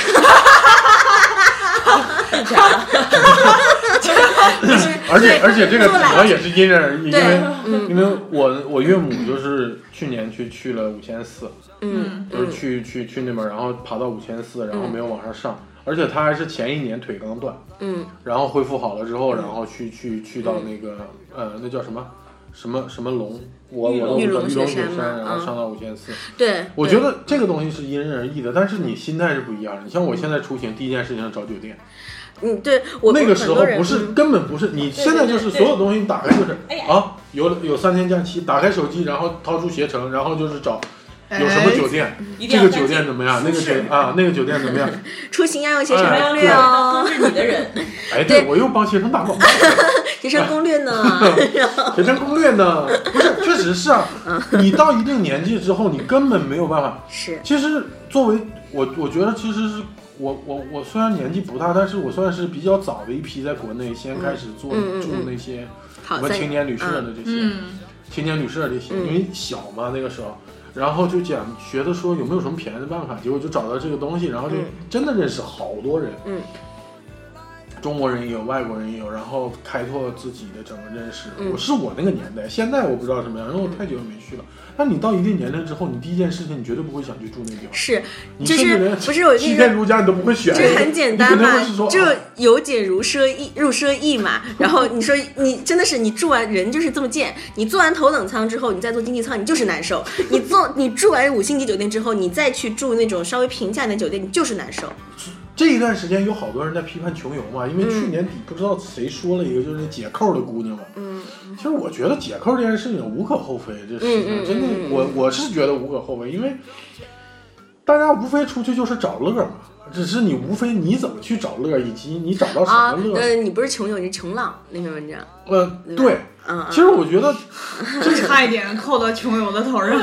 S2: 而且而且这个
S5: 坐
S2: 主
S5: 缆
S2: 要也是因人而异，因
S5: 对嗯
S2: 为因为我我岳母就是去年去去了五千四，
S5: 嗯
S2: 就是去去去那边，然后爬到五千四，然后没有往上上，而且她还是前一年腿刚断，
S5: 嗯，
S2: 然后恢复好了之后，然后去去去到那个呃那叫什么什么什么龙，我我到
S5: 玉
S2: 玉
S5: 龙
S2: 龙雪
S5: 雪山
S2: 山，
S5: 嘛
S2: 然后
S5: 嗯
S2: 上到五千四，
S5: 对，
S2: 我
S5: 对
S2: 觉得这个东西是因人而异的，但是你心态是不一样的。你像我现在出行，第一件事情是找酒店，
S5: 嗯，对我
S2: 那
S5: 我
S2: 个
S5: 很
S2: 时候
S5: 多人
S2: 不是
S5: 嗯
S2: 根本不是，你现在就是所有东西你打开就是
S6: 哎呀
S2: 啊，有了有三天假期，打开手机，然后掏出携程，然后就是找有什么酒店，
S6: 一定
S2: 这
S6: 要
S2: 个
S6: 干
S2: 酒店
S6: 净
S2: 怎么样，那个
S6: 舒
S2: 酒
S6: 适
S2: 啊那个酒店怎 么样？
S5: 出行要用携程
S2: 哎
S5: 攻
S6: 当
S5: 略
S2: 对
S5: 哦
S6: 当，是你的人，
S2: 哎，
S5: 对
S2: 对我又帮携程打广告，
S5: 携程攻略呢？
S2: 携程攻略 呢？不是，确实是啊，
S5: 嗯
S2: 你到一定年纪之后，你根本没有办法。
S5: 是，
S2: 其实作为我，我觉得其实是我我我虽然年纪不大，但是我算是比较早的一批在国内先开始做、
S5: 嗯嗯嗯
S2: 住那些
S5: 好
S2: 什么
S5: 啊在
S2: 青年旅社的这些，
S4: 嗯，
S2: 青年旅社这些，
S5: 嗯
S2: 因为小嘛那个时候，然后就讲学的说有没有什么便宜的办法，结果就找到这个东西，然后就
S5: 嗯
S2: 真的认识好多人，
S5: 嗯，
S2: 中国人也有，外国人也有，然后开拓自己的整个认识。
S5: 嗯
S2: 我是我那个年代，现在我不知道什么样，因为我太久没去了。
S5: 嗯
S2: 但你到一定年龄之后，你第一件事情你绝对不会想去住那地方，
S5: 是，
S2: 你
S5: 就
S2: 甚至
S5: 是
S2: 连
S5: 不是我跟
S2: 欺
S5: 你说
S2: 骗。如家你都不会选，
S5: 这很简单
S2: 你可
S5: 嘛
S2: 能会是说，
S5: 就
S2: 啊
S5: 由俭入奢易入奢易 嘛。然后你说你真的是你住完人就是这么贱，你坐完头等舱之后，你再坐经济舱你就是 难受。你坐你住完五星级酒店之后，你再去住那种稍微平价的酒店，你就是难受。
S2: 这一段时间有好多人在批判穷游嘛，因为
S5: 嗯
S2: 去年底不知道谁说了一个，就是那解扣的姑娘嘛。嗯，其实我觉得解扣这件事情无可厚非，这事
S5: 嗯嗯嗯
S2: 情真的
S5: 嗯，
S2: 我我是觉得无可厚非，因为大家无非出去就是找乐嘛，只是你无非你怎么去找乐，以及你找到
S5: 啊
S2: 什么，乐。
S5: 呃，你不是穷游，你是穷浪那篇文章，
S2: 呃，对，
S5: 嗯嗯
S2: 其实我觉得，
S4: 差一点扣到穷游的头 上。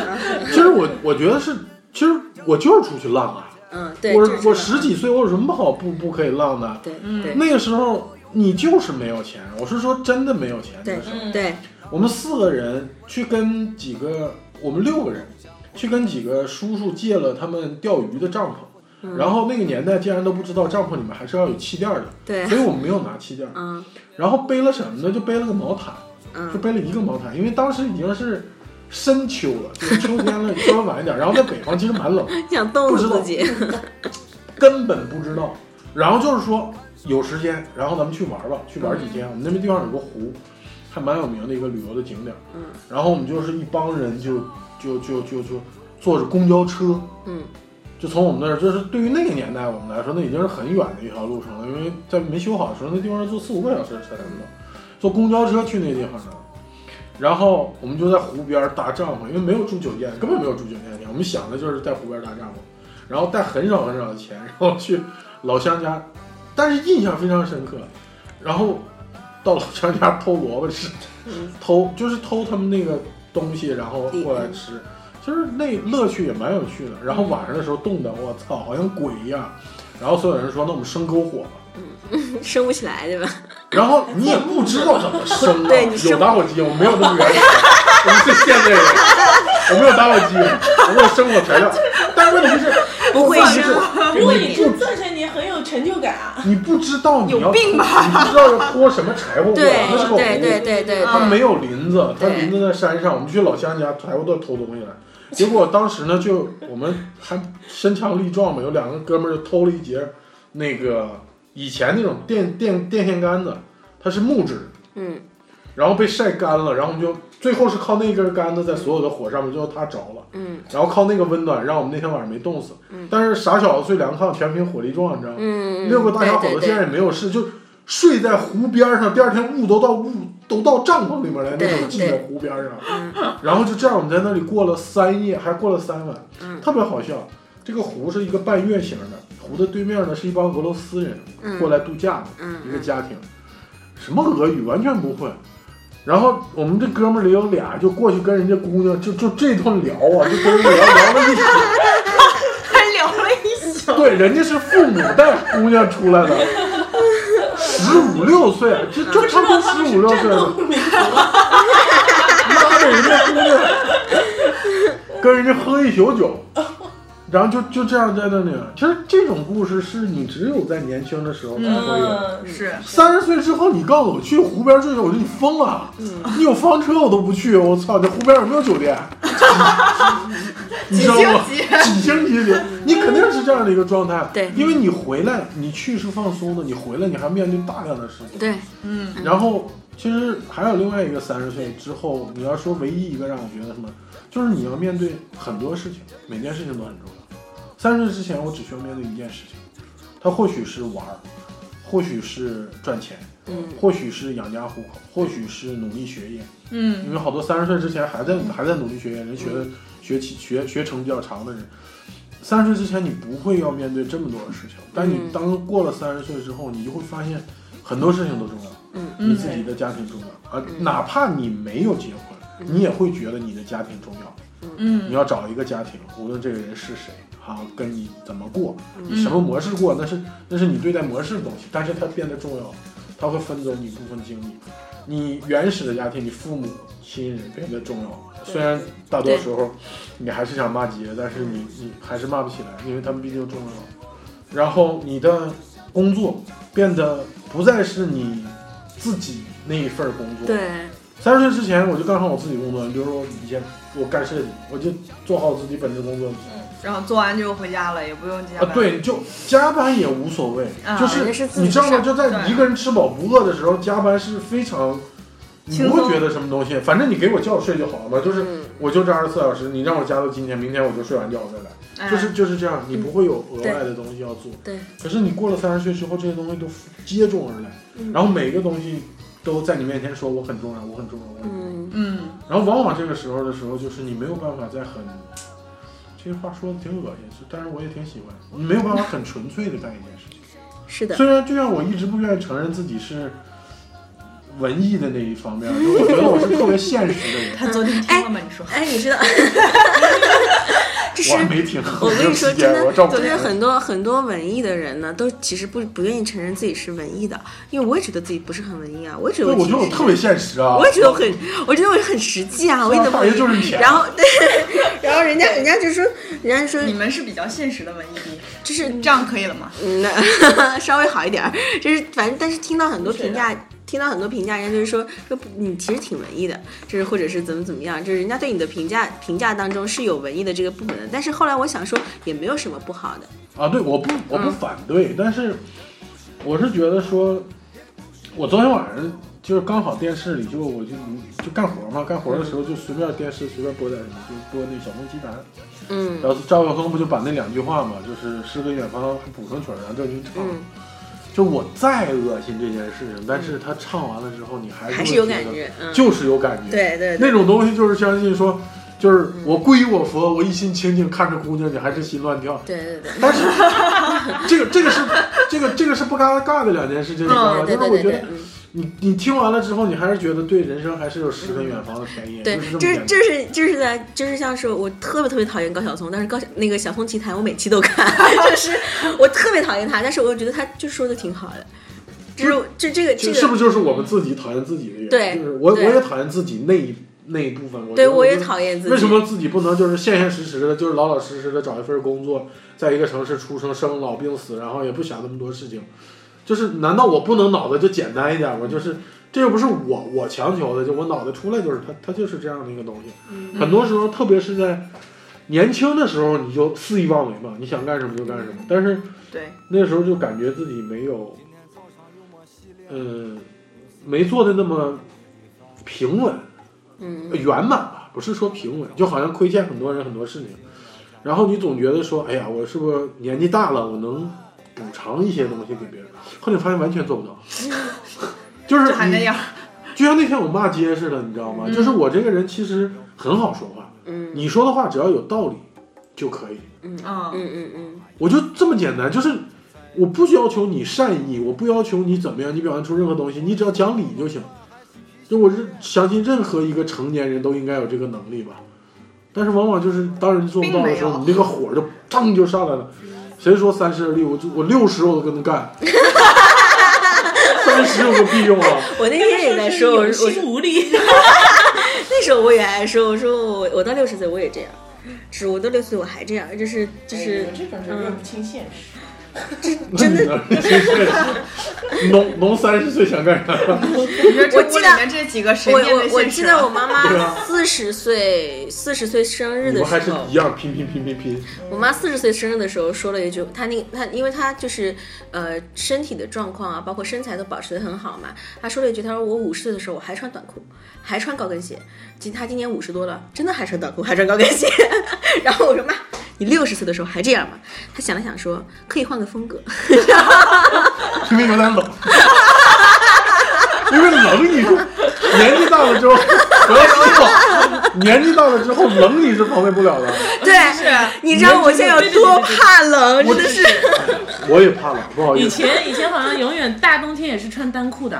S2: 其实我我觉得是，其实我就是出去浪啊。
S5: 嗯，对，
S2: 我
S5: 就是这
S2: 我
S5: 样
S2: 十几岁，我有什么好不不可以浪的？
S5: 对对
S2: 那个时候你就是没有钱，我是说真的没有钱。那
S5: 对
S2: 个时候，
S5: 对，
S2: 我们四个人去跟几个，我们六个人去跟几个叔叔借了他们钓鱼的帐
S5: 嗯
S2: 篷，然后那个年代竟然都不知道帐篷里面还是要有气垫的，
S5: 对
S2: 所以我们没有拿气垫。
S5: 嗯
S2: 然后背了什么呢？就背了个毛毯，就
S5: 嗯
S2: 背了一个毛毯，因为当时已经是深秋了，就是秋天了，稍微晚一点。然后在北方其实蛮冷的。
S5: 想动
S2: 不知
S5: 了
S2: 道
S5: 自己，
S2: 根本不知道。然后就是说有时间，然后咱们去玩吧，去玩几天。我们那边地方有个湖，还蛮有名的一个旅游的景点。嗯，然后我们就是一帮人就就就就就坐着公交车，
S5: 嗯，
S2: 就从我们那儿，就是对于那个年代我们来说，那已经是很远的一条路程了，因为在没修好的时候，那地方要坐四五个小时才能到，坐公交车去那地方呢。然后我们就在湖边搭帐篷，因为没有住酒店，根本没有住酒店。我们想的就是在湖边搭帐篷。然后带很少很少的钱，然后去老乡家，但是印象非常深刻。然后到老乡家偷萝卜吃，偷就是偷他们那个东西，然后过来吃，就是那乐趣也蛮有趣的。然后晚上的时候冻得我操，好像鬼一样。然后所有人说，那我们生篝火吧。
S5: 生不起来对吧？
S2: 然后你也不知道怎么生啊，
S5: 对你生
S2: 有打火机，我没有那么原始，我们是现代人，我没有打火机，我没有生火材料，但问题是
S5: 不会生
S6: 如果
S2: 你
S6: 你
S2: 不
S6: 是钻石，你很有成就感啊。
S2: 你不知道你要
S4: 有病吧
S2: 你不知道要拖什么柴火过
S5: 对
S2: 来，那是个
S5: 对对
S2: 湖，
S5: 对对
S2: 它啊没有林子，它
S5: 嗯对
S2: 林子在山上，我们去老乡家柴火垛偷东西来。结果当时呢，就我们还身强力壮嘛，有两个哥们儿就偷了一节那个以前那种电电电线杆子，它是木质，
S5: 嗯，
S2: 然后被晒干了，然后我们就最后是靠那根杆子在所有的火上面，最后它着了，
S5: 嗯，
S2: 然后靠那个温暖让我们那天晚上没冻死，嗯，但是傻小子最凉快，全凭火力壮，你知道吗？
S5: 嗯，
S2: 六个大小伙
S5: 对
S2: 子
S5: 对
S2: 竟然也
S5: 对
S2: 没有事，就睡在湖边上，第二天雾都到雾都到帐篷里面来，那
S5: 对嗯
S2: 种浸在湖边上， 然后就这样我们在那里过了三夜，还过了三晚，
S5: 嗯
S2: 特别好笑。这个湖是一个半月形的，湖的对面呢是一帮俄罗斯人
S5: 嗯
S2: 过来度假的、一个家庭，什么俄语完全不会。然后我们这哥们儿里有俩就过去跟人家姑娘就就这顿聊啊，就跟人聊聊了一宿。
S4: 还聊了一宿，
S2: 对，人家是父母带姑娘出来的，十五六岁，啊就就差不多十五六岁了。妈的，人家姑娘跟人家喝一宿酒，然后就就这样在那里。其实这种故事是你只有在年轻的时候才会有。
S6: 嗯，
S4: 是
S2: 三十岁之后，你告诉我去湖边睡去，我说你疯了，你有房车我都不去，我操，这湖边有没有酒店？ 你知道吗？
S4: 几星
S2: 几星级酒店？你肯定是这样的一个状态，
S5: 对
S2: 因为你回来，你去是放松的，你回来你还面对大量的事情，
S5: 对，
S4: 嗯，
S2: 然后其实还有另外一个三十岁之后，你要说唯一一个让我觉得什么，就是你要面对很多事情，每件事情都很重要。三十岁之前，我只需要面对一件事情，它或许是玩儿，或许是赚钱，
S5: 嗯，
S2: 或许是养家糊口，或许是努力学业，
S4: 嗯，
S2: 因为好多三十岁之前还在还在努力学业，人学的
S5: 嗯
S2: 学期学学成比较长的人，三十岁之前你不会要面对这么多的事情，但你
S5: 嗯
S2: 当过了三十岁之后，你就会发现很多事情都重要，
S5: 嗯
S2: 你自己的家庭重要啊，哪怕你没有结婚，
S5: 嗯
S2: 你也会觉得你的家庭重要，
S4: 嗯
S2: 你要找一个家庭，无论这个人是谁，好跟你怎么过，什么模式过，那是那是你对待模式的东西，但是它变得重要，它会分走你部分精力。你原始的家庭，你父母亲人变得重要，虽然大多时候你还是想骂街，但是你你还是骂不起来，因为他们毕竟重要。然后你的工作变得不再是你自己那一份儿工作，
S5: 嗯对，
S2: 三十岁之前我就干好我自己工作，比如说我以前我干设计，我就做好自己本职工作
S4: 然后做完就回家了，也不用加
S2: 啊
S4: 班。，，
S2: 对，就加班也无所谓，
S4: 啊
S2: 就
S5: 反正
S2: 是
S5: 是自己
S2: 你知道吗？
S5: 上
S2: 就在一个人吃饱不饿的时候，加班是非常，你
S4: 轻
S2: 不
S4: 松
S2: 会觉得什么东西，反正你给我觉睡就好了嘛，就是
S5: 嗯
S2: 我就这二十四小时，你让我加到今天，明天我就睡完觉再来，
S4: 哎、
S2: 就是就是这样，你不会有额外的东西要做。
S5: 嗯对。
S2: 可是你过了三十岁之后，这些东西都接踵而来，
S5: 嗯
S2: 然后每个东西都在你面前说我很重要，我很重要，我很重要。
S5: 嗯，
S4: 嗯，
S2: 然后往往这个时候的时候，就是你没有办法再很，这句话说的挺恶心，是但是我也挺喜欢，你没有办法很纯粹的干一件事情。
S5: 是的，
S2: 虽然就像我一直不愿意承认自己是文艺的那一方面，就我觉得我是特别现实的人，
S4: 他昨天听了吗？你说，
S5: 哎，你 知道，这是
S2: 我还没听。
S5: 我跟你说，
S2: 这个时
S5: 真
S2: 间
S5: 的
S2: 我照顾
S5: 就是很多很多文艺的人呢，都其实不不愿意承认自己是文艺的，因为我也觉得自己不是很文艺啊，我也觉得
S2: 对，我
S5: 我
S2: 觉得我特别现实啊。
S5: 我也觉得我很，我觉得我很实际啊，我也
S2: 大爷就是钱
S5: 然后 对，然后人家人家就说，人家就
S4: 你
S5: 说
S4: 们是比较现实的文艺兵，
S5: 就是
S4: 这样可以了吗？
S5: 嗯，那 稍微好一点儿，就是反正但是听到很多评价，听到很多评价，人家就是说说不你其实挺文艺的，就是或者是怎么怎么样，就是人家对你的评价评价当中是有文艺的这个部分的，但是后来我想说也没有什么不好的，
S2: 啊，对，我不我
S5: 嗯
S2: 不反对，但是我是觉得说，我昨天晚上就是刚好电视里就我就就干活嘛，干活的时候就随便电视随便播点什么，就播那《小梦奇谭》，
S5: 嗯
S2: 然后赵耀宗不就把那两句话嘛，就是诗跟远方谱成曲儿，然后赵军唱。
S5: 嗯，
S2: 就我再恶心这件事情，但是他唱完了之后，你还是
S5: 还
S2: 会
S5: 是有
S2: 觉
S5: 感
S2: 得
S5: 觉，嗯，
S2: 就是有感觉。
S5: 对对对嗯
S2: 那种东西就是相信说，就是我皈依我佛，我一心清净看着姑娘，你还是心乱跳。
S5: 对对对，
S2: 但是这个这个是这个这个是不尴尬的两件事情，你知道吗？
S5: 对
S2: 但是
S5: 对
S2: 我
S5: 对
S2: 觉
S5: 对
S2: 得，
S5: 嗯。
S2: 你你听完了之后，你还是觉得对人生还是有诗跟远方的便宜，
S5: 对
S2: 就是，这
S5: 就
S2: 么
S5: 是
S2: 简单。
S5: 就是就是在就是像是我特别特别讨厌高晓松，但是高晓那个小松奇谈我每期都看， 就是我特别讨厌他，但是我又觉得他就说的挺好的，就是就这个这
S2: 是不
S5: 个，
S2: 是就是我们自己讨厌自己的原因？
S5: 对
S2: 就是我我
S5: 对
S2: 也讨厌自己那一那一部分。我觉
S5: 对
S2: 得
S5: 我也
S2: 就是
S5: 讨厌自己。
S2: 为什么自己不能就是现现实实的，就是老老实实的找一份工作，在一个城市出生、生老病死，然后也不想那么多事情？就是难道我不能脑子就简单一点
S5: 嗯
S2: 吗？就是这又不是我我强求的，就我脑袋出来就是它，它就是这样的一个东西。
S5: 嗯
S2: 很多时候，特别是在年轻的时候，你就肆意妄为嘛，你想干什么就干什么。
S5: 嗯
S2: 但是
S4: 对，
S2: 那时候就感觉自己没有，嗯、没做的那么平稳，
S5: 嗯，
S2: 呃圆满吧，不是说平稳，就好像亏欠很多人很多事情，然后你总觉得说，哎呀，我是不是年纪大了，我能补偿一些东西给别人？后来发现完全做不到，就是
S4: 就还那
S5: 嗯
S2: 你
S4: 样。
S2: 就像那天我骂街似的，你知道吗？就是我这个人其实很好说话，
S5: 嗯
S2: 你说的话只要有道理就可以，
S4: 嗯，
S5: 嗯嗯嗯，
S2: 我就这么简单，就是我不要求你善意，我不要求你怎么样，你表现出任何东西，你只要讲理就行。就我是相信任何一个成年人都应该有这个能力吧，但是往往就是当人做不到的时候，
S4: 并没有
S2: 你这个火就噌就上来了。谁说三十而立？我就我六十我都跟他干，三十有个屁用啊！
S5: 我那天也在说，我
S3: 有
S2: 哎
S5: 说我
S3: 心无力。
S5: 那时候我也爱说，我说我我到六十岁我也这样，是我到六十岁我还这样，就是就
S6: 哎你
S5: 是
S6: 们这种人认不清现实。
S2: 那你呢？ 你真是农农三十岁想干啥？
S4: 你说
S5: 我
S4: 这
S5: 记
S4: 屋里
S5: 得
S4: 面这几个谁
S5: 我
S4: 面对
S5: 我我
S4: 现
S5: 记
S4: 实
S5: 得
S4: 啊？
S5: 我妈
S2: 对
S5: 妈
S2: 啊
S5: 四十岁四十岁生日
S2: 你
S5: 的
S2: 们还
S5: 时
S2: 是
S5: 候
S2: 一，样拼拼拼拼拼。
S5: 我妈四十岁生日的时候说了一句，她那她因为她就是呃身体的状况啊，包括身材都保持的很好嘛，她说了一句，她说我五十岁的时候我还穿短裤，还穿高跟鞋，今她今年五十多了，真的还穿短裤还穿高跟鞋， 然后我说妈，你六十岁的时候还这样吗？她想了想说可以换个风格，
S2: 因为有点冷，因为冷你是年纪大了之后，我要说过，年纪大了之后冷你是防备不了的。
S5: 对，你知道我现在有多怕冷，
S2: 我
S5: 真的是。
S2: 我也怕冷，不好意
S3: 以
S2: 思。
S3: 前以前好像永远大冬天也是穿单裤的，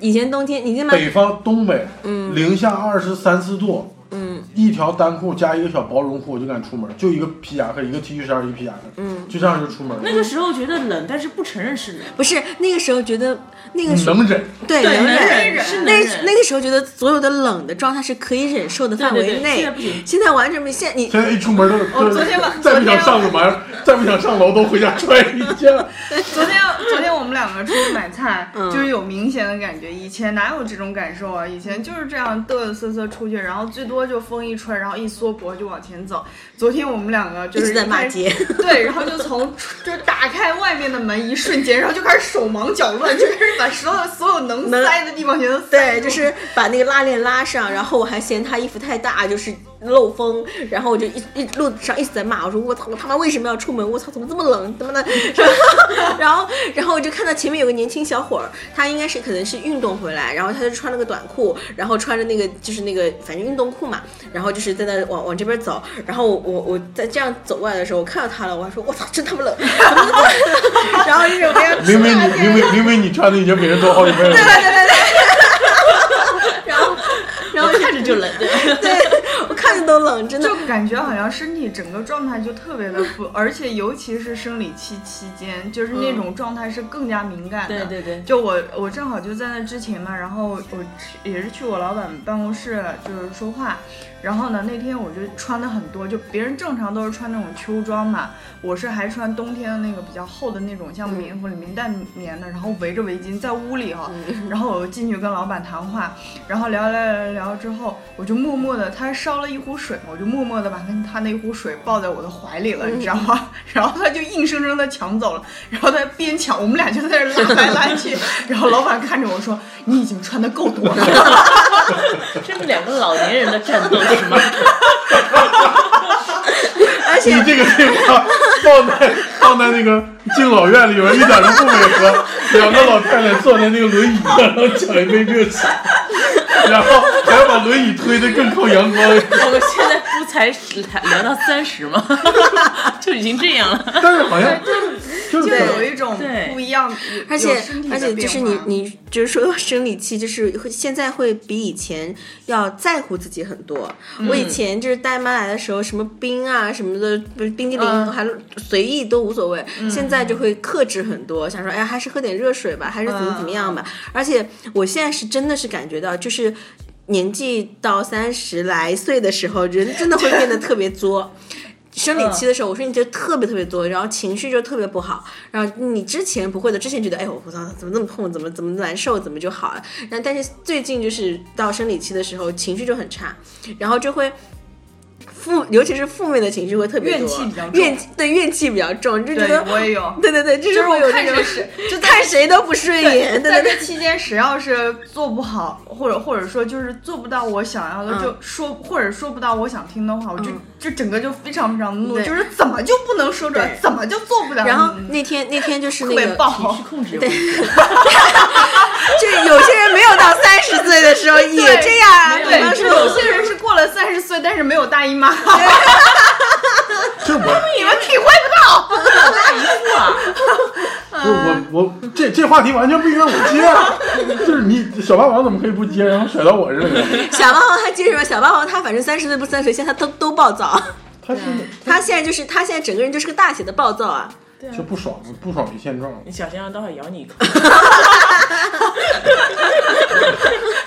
S5: 以前冬天，你记得吗？
S2: 北方东北，零下二十三四度，
S5: 嗯，
S2: 一条单裤加一个小薄绒裤，我就敢出门，就一个皮夹克，一个 T 恤衫，一个皮夹克，
S5: 嗯，
S2: 就这样就出门了。
S3: 那个时候觉得冷，但是不承认是冷。
S5: 不是那个时候觉得那个时候
S2: 嗯能忍，
S5: 对能
S3: 能
S5: 忍。
S3: 忍是能
S5: 那
S3: 忍。
S5: 那个时候觉得所有的冷的状态是可以忍受的范围
S3: 对对对
S5: 内，
S3: 现在不行
S5: 现在完全没现你
S2: 现在一出门都，
S4: 我昨天晚
S2: 再不想上个门，再不想上楼，都回家穿一件。
S4: 昨天昨天我们两个出去买菜，
S5: 嗯
S4: 就是有明显的感觉，以前哪有这种感受啊？以前就是这样嘚嘚瑟瑟出去，然后最多就风一吹，然后一缩脖就往前走。昨天我们两个
S5: 一
S4: 就是
S5: 直在骂街，
S4: 对，然后就从就是打开外面的门一瞬间，然后就开始手忙脚乱，就开始把所有所有能
S5: 能
S4: 塞的地方全都塞
S5: 对，
S4: 住
S5: 就是把那个拉链拉上，然后我还嫌他衣服太大，就是漏风，然后我就一一路上一直在骂，我说我操，我他妈为什么要出门？我操，怎么这么冷？怎么的？ 然后然后然后我就看到前面有个年轻小伙儿，他应该是可能是运动回来，然后他就穿了个短裤，然后穿着那个就是那个反正运动裤嘛，然后就是在那往往这边走，然后我我我在这样走过来的时候，我看到他了，我还说我操，真他妈冷， 怎么这么冷然后就是我
S4: 哎
S5: 要
S2: 明明你明明明明你穿的已经比人多好几倍了。
S5: 然后看着就冷，对我看着都冷，真的
S4: 就感觉好像身体整个状态就特别的不，而且尤其是生理期期间，就是那种状态是更加敏感的。
S3: 对对对
S4: 就我我正好就在那之前嘛，然后我去也是去我老板办公室就是说话，然后呢那天我就穿的很多，就别人正常都是穿那种秋装嘛，我是还穿冬天的那个比较厚的那种像棉服里面带棉的，然后围着围巾在屋里哈、然后我进去跟老板谈话，然后聊聊聊聊之后，我就默默的，他烧了一壶水嘛，我就默默的把那他那壶水抱在我的怀里了，
S5: 嗯
S4: 你知道吗？ 然后他就硬生生的抢走了，然后他边抢，我们俩就在这拉来拉 去，然后老板看着我说：“你已经穿的够多了。
S3: 这是两个老年人的战斗是吗？
S5: 而且
S2: 你这个对话放在放在那个敬老院里边一点都不违和，两个老太太坐在那个轮椅上，然后讲一杯热水，然后还要把轮椅推得更靠阳光。
S3: 我们现在不才聊到三十吗？ 就已经这样了。
S2: 但是好像就是
S4: 就
S2: 可能
S4: 有一种
S3: 对
S4: 不一样，
S5: 而
S4: 有
S5: 且
S4: 身体的
S5: 而且就是
S4: 变
S5: 你
S4: 化
S5: 你就是说到生理期，就是会现在会比以前要在乎自己很多。我
S4: 嗯
S5: 以前就是大姨妈来的时候，什么冰啊什么的，不是冰激凌
S4: 嗯
S5: 还随意都无所谓。现在就会克制很多，想说哎呀还是喝点热水吧，还是怎么怎么样吧。
S4: 嗯
S5: 而且我现在是真的是感觉到就是。年纪到三十来岁的时候，人真的会变得特别作。生理
S4: 嗯
S5: 期的时候，我说你就特别特别多，然后情绪就特别不好，然后你之前不会的，之前觉得哎我我操怎么那么痛，怎么怎么难受，怎么就好了，然后但是最近就是到生理期的时候，情绪就很差，然后就会。负，尤其是负面的情绪会特别多，
S4: 怨气比较重
S5: 怨气对怨气比较重，就觉
S4: 对
S5: 得
S4: 我也有，
S5: 对对对，就是会有
S4: 看
S5: 这
S4: 谁
S5: 种
S4: 是
S5: 就看谁都不顺眼，对
S4: 在
S5: 对对
S4: 这期间，谁要是做不好，或者或者说就是做不到我想要的，
S5: 嗯
S4: 就说或者说不到我想听的话，我就
S5: 嗯
S4: 就整个就非常非常怒，
S5: 对
S4: 就是怎么就不能说出来
S5: 对，
S4: 怎么就做不了，
S5: 然后
S4: 嗯
S5: 那天那天就是
S4: 特
S5: 那
S4: 别
S5: 个
S4: 爆，
S3: 控制
S5: 就是有些人没有到三十岁的时候也这样啊，
S4: 对，
S5: 比方
S4: 就是
S5: 说
S4: 有些人是过了三十岁，但是没有大姨妈，
S2: 这我
S4: 你们体会不到。
S2: 不是我我这这话题完全不应该我接啊！就是你小霸王怎么可以不接，然后甩到我这里来？
S5: 小霸王他接什么？小霸王他反正三十岁不三十岁，现在他都都 暴躁。
S2: 他是
S5: 他现在就是他现在整个人就是个大写的暴躁啊！
S2: 就不爽，不爽于现状。
S3: 你小心让刀海咬你一口。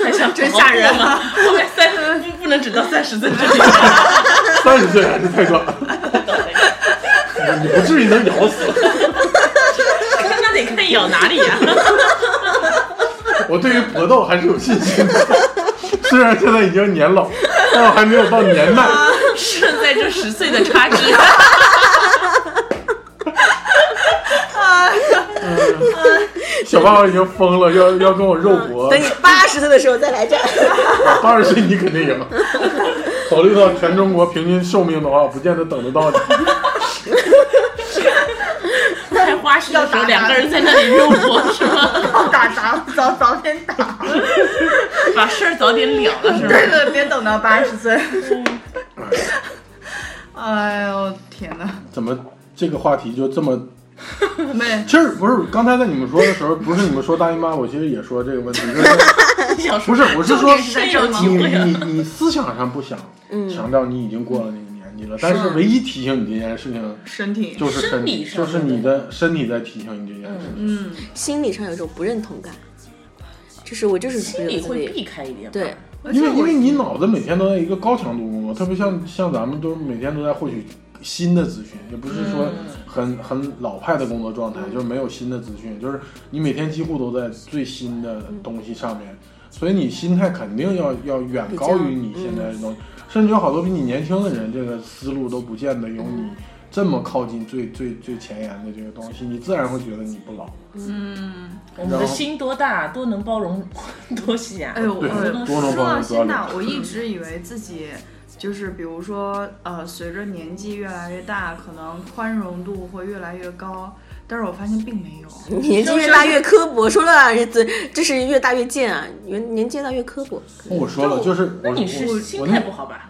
S3: 还想真啊
S4: 吓人
S3: 吗？后面三不不能只到三十岁这里。
S2: 三十岁还是太短，你不至于能咬死。
S3: 那得看咬哪里啊 呀、
S2: 我对于搏斗还是有信心的，虽然现在已经年老，但我还没有到年迈。
S4: 啊
S3: 胜在这十岁的差距。
S2: 小霸王已经疯了，要要跟我肉
S4: 嗯
S2: 搏
S5: 等。你八十岁的时候再来战。
S2: 八十岁你肯定赢。考虑到全中国平均寿命的话，我不见得等得到你。
S3: 开花式的时候，两个人在那里肉搏是 吗？
S4: 打打早早点打，
S3: 把事儿早点了了是吗？
S4: 对对，别等到八十 岁。
S5: 嗯
S4: 哎呦天哪，
S2: 怎么这个话题就这么？
S4: 没
S2: 其实不是，刚才在你们说的时候，不是你们说大姨妈，我其实也说这个问题，就是
S3: 想
S2: 不
S3: 说
S2: 是，我是说
S4: 重点是在
S3: 深
S4: 这
S3: 有
S4: 儿吗嗯
S3: 体
S2: 你
S3: 会啊。
S2: 你你思想上不想强调你已经过了那个年纪了，但是唯一提醒你这件事情
S4: 身体
S2: 就是身
S3: 生
S2: 体，
S3: 理
S2: 就
S3: 上
S2: 是你的身体在提醒你这件事情。
S4: 嗯，
S5: 心理上有一种不认同感，就是我就是
S3: 心里会避开一点吧，嗯
S5: 对
S2: 因为因为你脑子每天都在一个高强度工作，特别像像咱们都每天都在获取新的资讯，也不是说
S3: 嗯
S2: 很很老派的工作状态，就是没有新的资讯，就是你每天几乎都在最新的
S3: 嗯
S2: 东西上面，所以你心态肯定要要远高于你现
S3: 嗯
S2: 在的东西，甚至有好多比你年轻的人，这个思路都不见得有你
S3: 嗯
S2: 这么靠近最最最前沿的这个东西，你自然会觉得你不老。
S3: 我们的心多大，多能包容， 多细啊。
S4: 哎呦，
S2: 对
S4: 我
S2: 多种
S4: 说
S2: 方
S4: 到
S2: 面交
S4: 心
S2: 流
S4: 呐，我一直以为自己就是，比如说，呃，随着年纪越来越大，可能宽容度会越来越高，但是我发现并没有。
S5: 年纪越大越刻薄，说了啊这这是越大越贱啊，年年纪越大越刻薄。
S2: 我说了，就是
S3: 那
S2: 我
S3: 你
S2: 我
S3: 是心
S2: 我
S3: 态不好吧？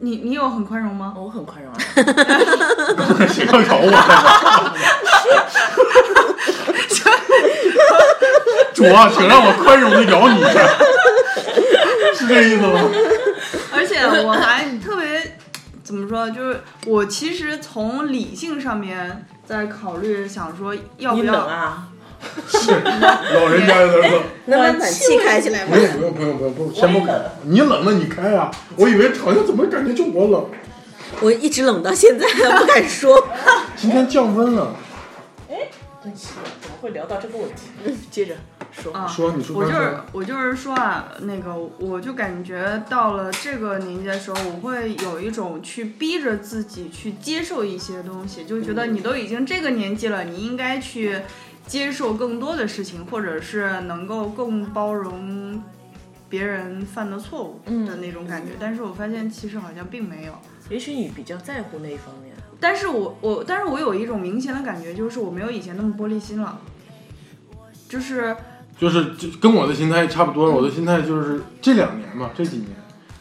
S4: 你你有很宽容吗？
S3: 我很宽容啊。
S2: 那谁要咬我？ 主啊，请让我宽容的咬你一下，是这意思吗？
S4: 而且我还特别怎么说，就是我其实从理性上面在考虑，想说要
S3: 你
S4: 不
S3: 冷
S4: 要。
S3: 啊？
S2: 是老人家的冷，
S5: 能把暖气开起来吗
S3: 哎
S2: 不？用不用不用不用不用，先不开，你冷了你开啊！我以为好像怎么感觉就我冷，
S5: 我一直冷到现在，不敢说。
S2: 今天降温了。
S3: 哎，真奇怪，怎么会聊到这个问题？嗯接着说。
S4: 啊，
S2: 说你说
S4: 我就
S2: 说
S4: 是我就是说啊，那个我就感觉到了这个年纪的时候，我会有一种去逼着自己去接受一些东西，就觉得你都已经这个年纪了，你应该去接受更多的事情，或者是能够更包容别人犯的错误
S3: 嗯
S4: 的那种感觉。但是我发现其实好像并没有。
S3: 也许你比较在乎那一方面。
S4: 但是我我，但是我有一种明显的感觉，就是我没有以前那么玻璃心了，就是
S2: 就是就跟我的心态差不多。我的心态就是这两年吧，这几年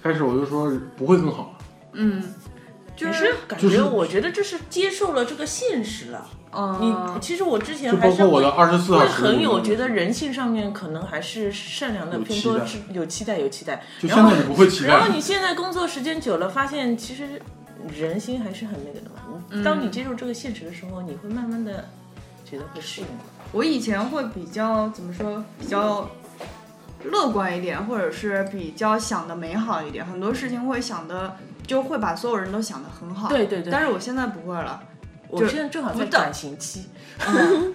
S2: 开始我就说不会更好了。
S4: 嗯，就
S3: 可
S4: 是啊
S3: 是感
S2: 就是
S3: 觉，我觉得这是接受了这个现实了。
S4: 嗯
S3: 你，其实我之前
S2: 就
S3: 还
S2: 包
S3: 是
S2: 括我的
S3: 会
S2: 二十四小
S3: 会
S2: 时，
S3: 很有觉得人性上面可能还是善良的
S2: 有
S3: 偏
S2: 期
S3: 多
S2: 待，
S3: 是有期待有期待。
S2: 就现在你不会期
S3: 然后
S2: 待，
S3: 你现在工作时间久了，发现其实人心还是很那个的嘛。
S4: 嗯
S3: 当你接受这个现实的时候，你会慢慢的觉得会适应。
S4: 我以前会比较怎么说，比较乐观一点，或者是比较想的美好一点，很多事情会想的，就会把所有人都想的很好。
S3: 对对对
S4: 但是我现在不 会了，
S3: 我现在正好
S4: 不
S3: 在
S4: 等
S3: 转型期，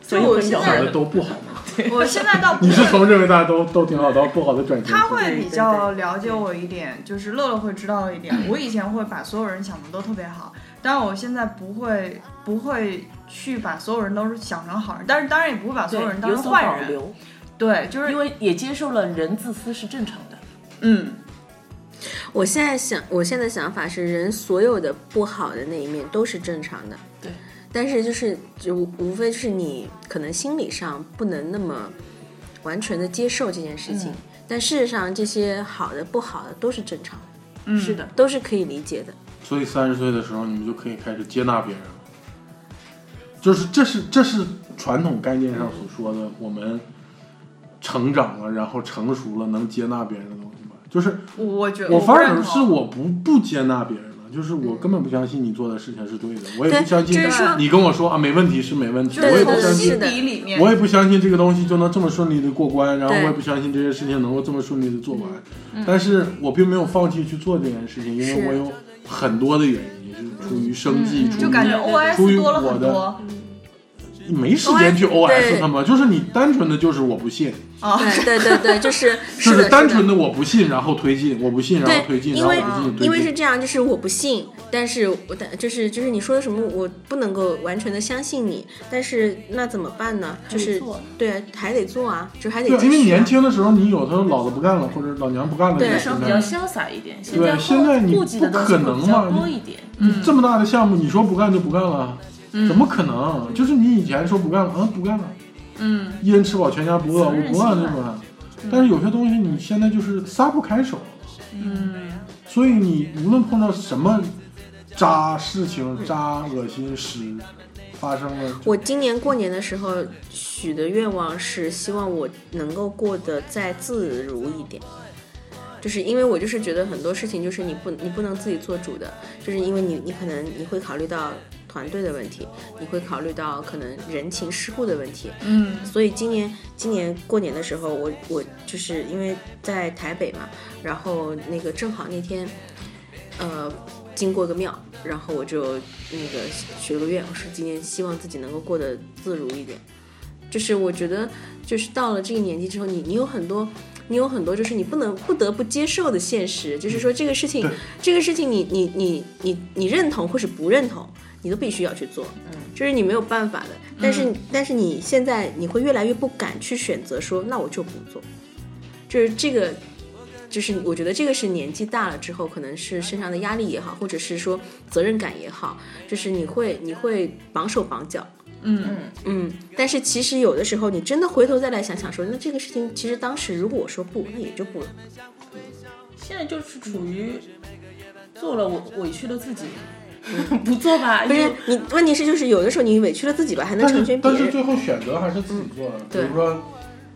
S4: 所以我
S3: 所以会
S4: 现
S2: 想
S4: 在
S3: 有
S2: 的都不好嘛。
S4: 我现在倒不
S2: 你是
S4: 会。
S2: 从认为大家都都挺好到不好的转型
S4: 他
S2: 期，
S4: 会比较了解我一点，就是乐乐会知道一点。我以前会把所有人想的都特别好，但是我现在不会不会去把所有人都想成好人，但是当然也不会把所有人当
S3: 有
S4: 成
S3: 所
S4: 坏
S3: 保
S4: 人。
S3: 留，
S4: 对，就是
S3: 因为也接受了人自私是正常的。
S4: 嗯，
S5: 我现在想，我现在想法是，人所有的不好的那一面都是正常的。
S3: 对。
S5: 但是就是，就无无非是你可能心理上不能那么完全的接受这件事情，
S3: 嗯
S5: 但事实上这些好的、不好的都是正常的，
S4: 嗯
S3: 是的，
S5: 都是可以理解的。
S2: 所以三十岁的时候你们就可以开始接纳别人了。就是这是这是传统概念上所说的我们成长了，然后成熟了，能接纳别人的东西吧。就是
S4: 我我觉
S2: 我
S4: 不
S2: 反
S4: 认
S2: 而
S4: 同嗯
S2: 是我不不接纳别人了，就是我根本不相信你做的事情是对的，我也
S5: 对，
S2: 不相
S5: 就
S2: 信
S5: 是说，
S2: 你跟我说啊没问题是没问题，
S4: 就
S2: 我
S4: 是
S2: 也不
S4: 从
S2: 相
S5: 是
S2: 信，
S4: 心
S5: 的
S4: 底里面，
S2: 我也不相信这个东西就能这么顺利的过关，然后
S5: 对嗯
S2: 我也不相信这些事情能够这么顺利的做完，但是我并没有放弃去做这件事情，因为
S5: 是嗯
S2: 我有很多的原因是出于生计，出
S4: 就
S2: 于
S4: 感觉
S2: 出
S4: OS
S2: 于
S4: 多了
S2: 我
S4: 很
S2: 的
S4: 多
S2: 没时间去 OS
S5: 对
S2: 他们，就是你单纯的就是我不信，
S4: 啊，
S5: 对对对 对，就是
S2: 就是
S5: 的，
S2: 单
S5: 是的
S2: 纯的我不信，然后推进，我不信，然后推进，然
S5: 因
S2: 后
S5: 为
S2: 我不信，推
S5: 因为是
S2: 进。
S5: 这样，就是我不信，但是我但就是就是你说的什么，我不能够完全的相信你，但是那怎么办呢？就是
S3: 做
S5: 对，还得做啊，就还得
S2: 对
S5: 继
S2: 啊，
S5: 续啊
S2: 因为年轻的时候你有他老子不干了或者老娘不干了这
S5: 对
S2: 个
S3: 那
S2: 心
S3: 时候比较
S2: 态，
S3: 潇洒一点，现
S2: 对
S3: 在
S2: 现在你
S3: 顾忌的
S2: 不
S3: 东
S2: 可
S3: 西会
S2: 能
S3: 比较
S2: 嘛
S3: 多
S2: 你
S3: 一点。
S2: 这么大的项目你说不干就不干了，
S3: 嗯
S2: 怎么可能？就是你以前说不干了，啊不干了，
S4: 嗯，
S2: 一人吃饱全家不饿，
S3: 责
S2: 我
S3: 任
S2: 不饿
S3: 心啊嗯
S2: 对
S3: 嘛
S2: 吧？但是有些东西你现在就是撒不开手，嗯，所以你无论碰到什么渣事情、渣恶心事发生了，
S5: 我今年过年的时候许的愿望是希望我能够过得再自如一点，就是因为我就是觉得很多事情就是你不你不能自己做主的，就是因为你你可能你会考虑到团队的问题，你会考虑到可能人情世故的问题，
S4: 嗯，
S5: 所以今年今年过年的时候，我我就是因为在台北嘛，然后那个正好那天，呃，经过个庙，然后我就那个许了个愿，我说今年希望自己能够过得自如一点。就是我觉得，就是到了这个年纪之后，你你有很多，你有很多就是你不能不得不接受的现实，就是说这个事情
S2: 对，
S5: 这个事情你你你你你认同或是不认同，你都必须要去做，就是你没有办法的。但是、
S2: 嗯
S5: 但是你现在你会越来越不敢去选择说，那我就不做，就是这个就是我觉得这个是年纪大了之后，可能是身上的压力也好，或者是说责任感也好，就是你会你会绑手绑脚。
S4: 嗯
S5: 嗯，但是其实有的时候，你真的回头再来想想说，那这个事情其实当时如果我说不，那也就不了。
S3: 现在就是处于做了我委屈了自己，不做吧
S5: 不是
S3: 又
S5: 你，问题是就是有的时候你委屈了自己吧，还
S2: 哎
S5: 能
S2: 但
S5: 成
S2: 是
S5: 全别
S2: 但是最
S5: 人。
S2: 后选择还是自己做的。比
S5: 对
S2: 如说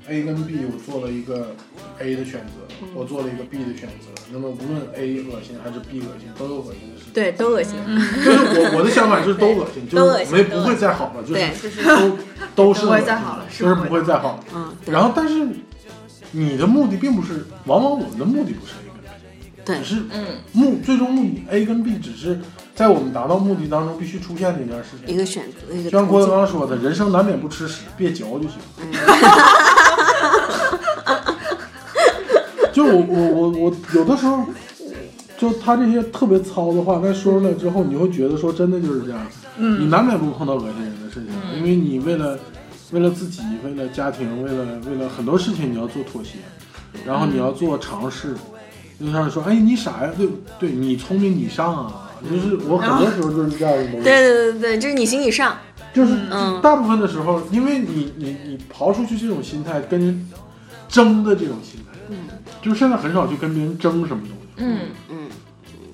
S2: A 跟 B，我做了一个 A 的选择，
S5: 嗯
S2: 我做了一个 B 的选择。那么无论 A 恶心还是 B 恶心，都有恶心的事情。
S5: 对，都恶心。
S2: 就是我我的想法就是都恶心，就是
S5: 都恶
S2: 我
S5: 心
S2: 们也
S5: 都
S2: 不
S5: 恶
S2: 会
S5: 心
S2: 再好了，就
S5: 对
S2: 是都都是
S4: 不会
S2: 恶
S4: 再
S2: 心
S4: 好
S2: 的
S4: 了是
S2: 就是
S4: 不
S2: 不
S4: 会
S2: 会再好了。
S5: 嗯，对
S2: 然后，但是你的目的并不是，往往我们的目的不是 A 跟 B，
S5: 对
S2: 只是
S4: 嗯
S2: 目最终目的 A 跟 B 只是在我们达到目的当中必须出现的一件事
S5: 一
S2: 情。
S5: 个选择，一个
S2: 就像郭
S5: 途
S2: 德
S5: 径。嗯
S2: 纲说的，人生难免不吃屎，别嚼就行。 就我我我我有的时候，就他这些特别糙的话，但说出来之后，你会觉得说真的就是这样。嗯，你难免不碰到恶心人的事情，
S5: 嗯
S2: 因为你为了为了自己，为了家庭，为了为了很多事情，你要做妥协，
S5: 嗯
S2: 然后你要做尝试。就像说，哎，你傻呀？对对，你聪明，你上啊！就是我很多时候就是这样的东西。
S5: 对对对对，就是你行你上。
S2: 就是
S5: 嗯
S2: 大部分的时候，因为你你你刨出去这种心态，跟人争的这种心态，就是现在很少去跟别人争什么东西。
S3: 嗯，
S5: 嗯，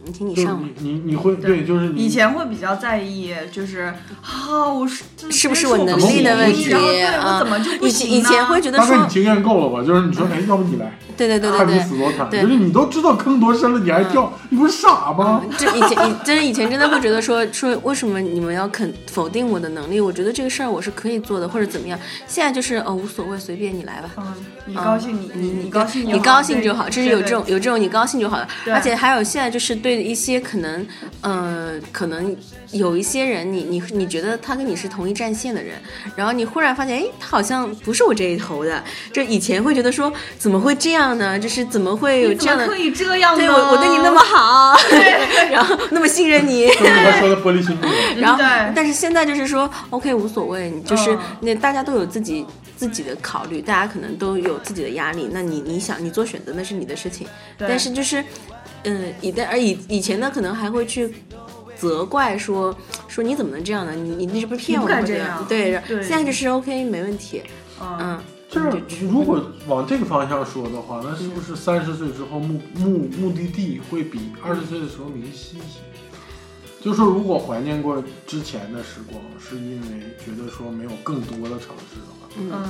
S5: 你请你
S2: 就是
S5: 上吧
S2: 你。你你会对，就是你
S4: 以前会比较在意，就是啊，我是
S5: 是不是
S4: 我
S5: 我能力的问
S4: 不行
S5: 题
S4: 然后对我
S5: 啊？
S4: 怎么就不
S5: 以
S4: 行
S5: 前
S4: 呢？
S5: 以前会觉得
S2: 大概
S5: 说
S2: 你，经验够了吧？就是你说，哎，要不你来，
S5: 对嗯对对对
S2: 看你
S5: 对，
S2: 死多惨，
S5: 对嗯
S2: 就是你都知道坑多深了，你还跳，你不是傻吗？
S5: 这以前以真以前真的会觉得说说为什么你们要肯否定我的能力？我觉得这个事儿我是可以做的，或者怎么样。现在就是呃无所谓，随便你来吧。
S4: 嗯，你高兴你
S5: 你
S4: 你高兴
S5: 嗯你高兴就
S4: 好，
S5: 好，
S4: 对
S5: 就是有这种。有这种你高兴就好了。
S4: 对
S5: 而且还有现在就是对一些可能，呃，可能有一些人你，你你觉得他跟你是同一战线的人，然后你忽然发现，哎，他好像不是我这一头的。就以前会觉得说，怎么会这样呢？就是怎么会有
S4: 对
S5: 这
S4: 怎
S5: 样
S4: 么
S5: 的？
S4: 可以这样呢？
S5: 对我我对你那么好， 然后那么信任你。
S2: 就是你还说的玻璃心那
S5: 然后
S4: 嗯对，
S5: 但是现在就是说，OK，无所谓，你就是
S4: 嗯
S5: 那大家都有自己自己的考虑，大家可能都有自己的压力。那你你想，你做选择那是你的事情，
S4: 对
S5: 但是就是，嗯，以但而以以前呢，可能还会去。责怪说说你怎么能这样呢？你你你是不是骗
S4: 你
S5: 我？
S4: 不敢
S5: 或者
S4: 这样
S5: 对，
S4: 对
S5: 现在就是 OK，没问题。
S4: 嗯，
S5: 嗯，
S2: 就是如果往这个方向说的话，那是不是三十岁之后目目目的地会比二十岁的时候明晰一些？就是说，如果怀念过之前的时光，是因为觉得说没有更多的尝试的话，
S4: 嗯，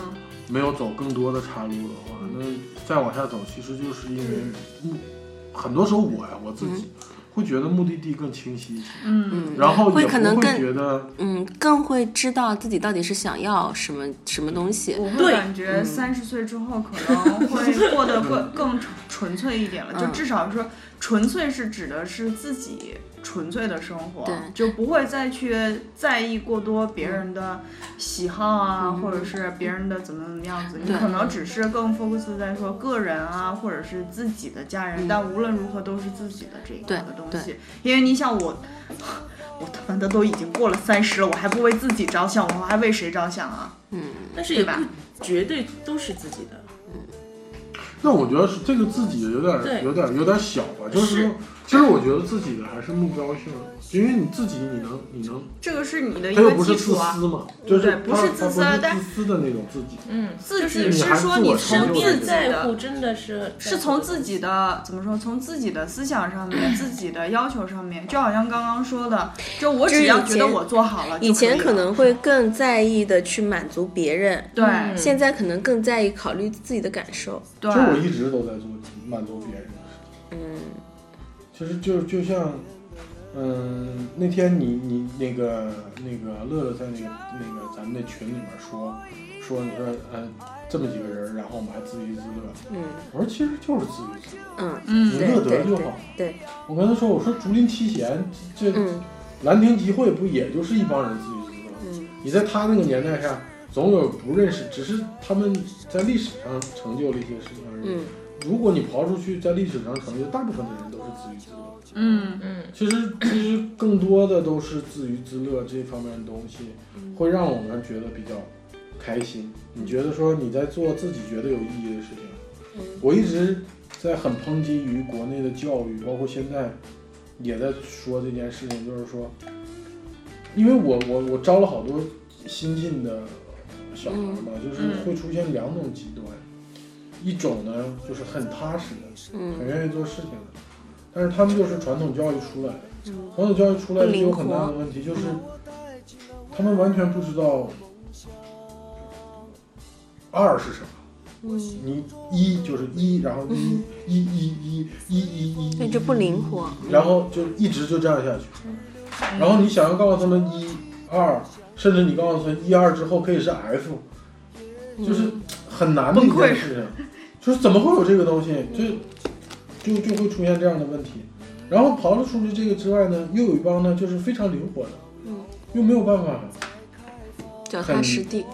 S2: 没有走更多的岔路的话，那再往下走，其实就是因为，嗯，很多时候我呀，我自己会觉得目的地更清晰一些，
S4: 嗯，
S2: 然后也
S5: 嗯会
S2: 不
S5: 可能
S2: 会
S5: 更
S2: 觉得，
S5: 嗯，更会知道自己到底是想要什么什么东西。
S4: 我会
S3: 对
S4: 感觉三十岁之后可 能会过得更更纯粹一点了，就
S5: 嗯
S4: 至少说纯粹是指的是自己纯粹的生活
S5: 对，
S4: 就不会再去在意过多别人的喜好啊，或者是别人的怎么怎么样子，你
S5: 嗯对
S4: 可能只是更 focus 在说个人啊，或者是自己的
S5: 嗯
S4: 家人，但无论如何都是自己的这一块的东西，因为你想我。 我他妈的都已经过了三十了，我还不为自己着想，我还为谁着想啊？
S5: 嗯
S3: 但是也
S4: 对吧
S3: 不绝对都是自己的，
S2: 那我觉得是这个自己有点
S3: 对
S2: 有点有点小吧，就是
S3: 是
S2: 说，其实我觉得自己的还是目标性，因为你自己你能你能，
S4: 这个是你的一
S2: 他又
S4: 个
S2: 不是
S4: 基
S2: 自
S4: 础啊。
S2: 私嘛，就是
S4: 对
S2: 他
S4: 不是自私啊
S2: 他不
S4: 但
S2: 是自私的那种自己，
S3: 嗯，
S4: 自己
S2: 就是
S4: 是说你是
S2: 你还是自我成就
S4: 自
S2: 感
S4: 己
S3: 在乎
S4: 的，
S3: 真的是
S4: 是从自己的怎么说？从自己的思想上面、自己的要求上面，就好像刚刚说的，就我
S5: 就是
S4: 只要
S5: 以
S4: 觉得
S5: 前
S4: 我做好了就以
S5: 以前
S4: 了
S5: 可能会更在意的去满足别人，
S4: 对
S3: 嗯
S5: 现在可能更在意考虑自己的感受。
S2: 其实我
S4: 对
S2: 一直都在做满足别人的事情。嗯，其实就就像，嗯，那天你你那个那个乐乐在那个那个咱们那群里面说说，你说呃这么几个人，然后我们还自娱自乐。
S5: 嗯
S2: 我说其实就是自娱自乐，
S5: 嗯，
S2: 你
S4: 嗯，
S5: 对
S2: 乐
S5: 对
S2: 得就好。
S5: 对，
S2: 我跟他说，我说竹林七贤这这
S5: 嗯
S2: 兰亭集会不也就是一帮人自娱自乐吗？
S5: 嗯
S2: 你在他那个年代上，总有不认识，只是他们在历史上成就了一些事情而已。
S5: 嗯，
S2: 如果你刨出去，在历史上成就，大部分的人都是自娱自乐。
S4: 嗯
S3: 嗯
S2: 其实，其实更多的都是自娱自乐这方面的东西，会让我们觉得比较开心。你觉得说你在做自己觉得有意义的事情
S5: 嗯，
S2: 我一直在很抨击于国内的教育，包括现在也在说这件事情，就是说，因为我我我招了好多新进的小孩嘛，就是会出现两种极端，一种呢就是很踏实的，
S5: 嗯
S2: 很愿意做事情的，但是他们就是传统教育出来的，
S5: 嗯
S2: 传统教育出来的就有很大的问题，就是他们完全不知道二是什么。你一就是一，然后一一一一一一一，
S5: 那就不灵活。
S2: 然后就一直就这样下去。然后你想要告诉他们一、二，甚至你告诉他一二之后可以是 F，就是很难的一件事情，就是怎么会有这个东西？就就就会出现这样的问题。然后刨了出去这个之外呢，又有一帮呢就是非常灵活的，又没有办法，
S5: 脚踏实地，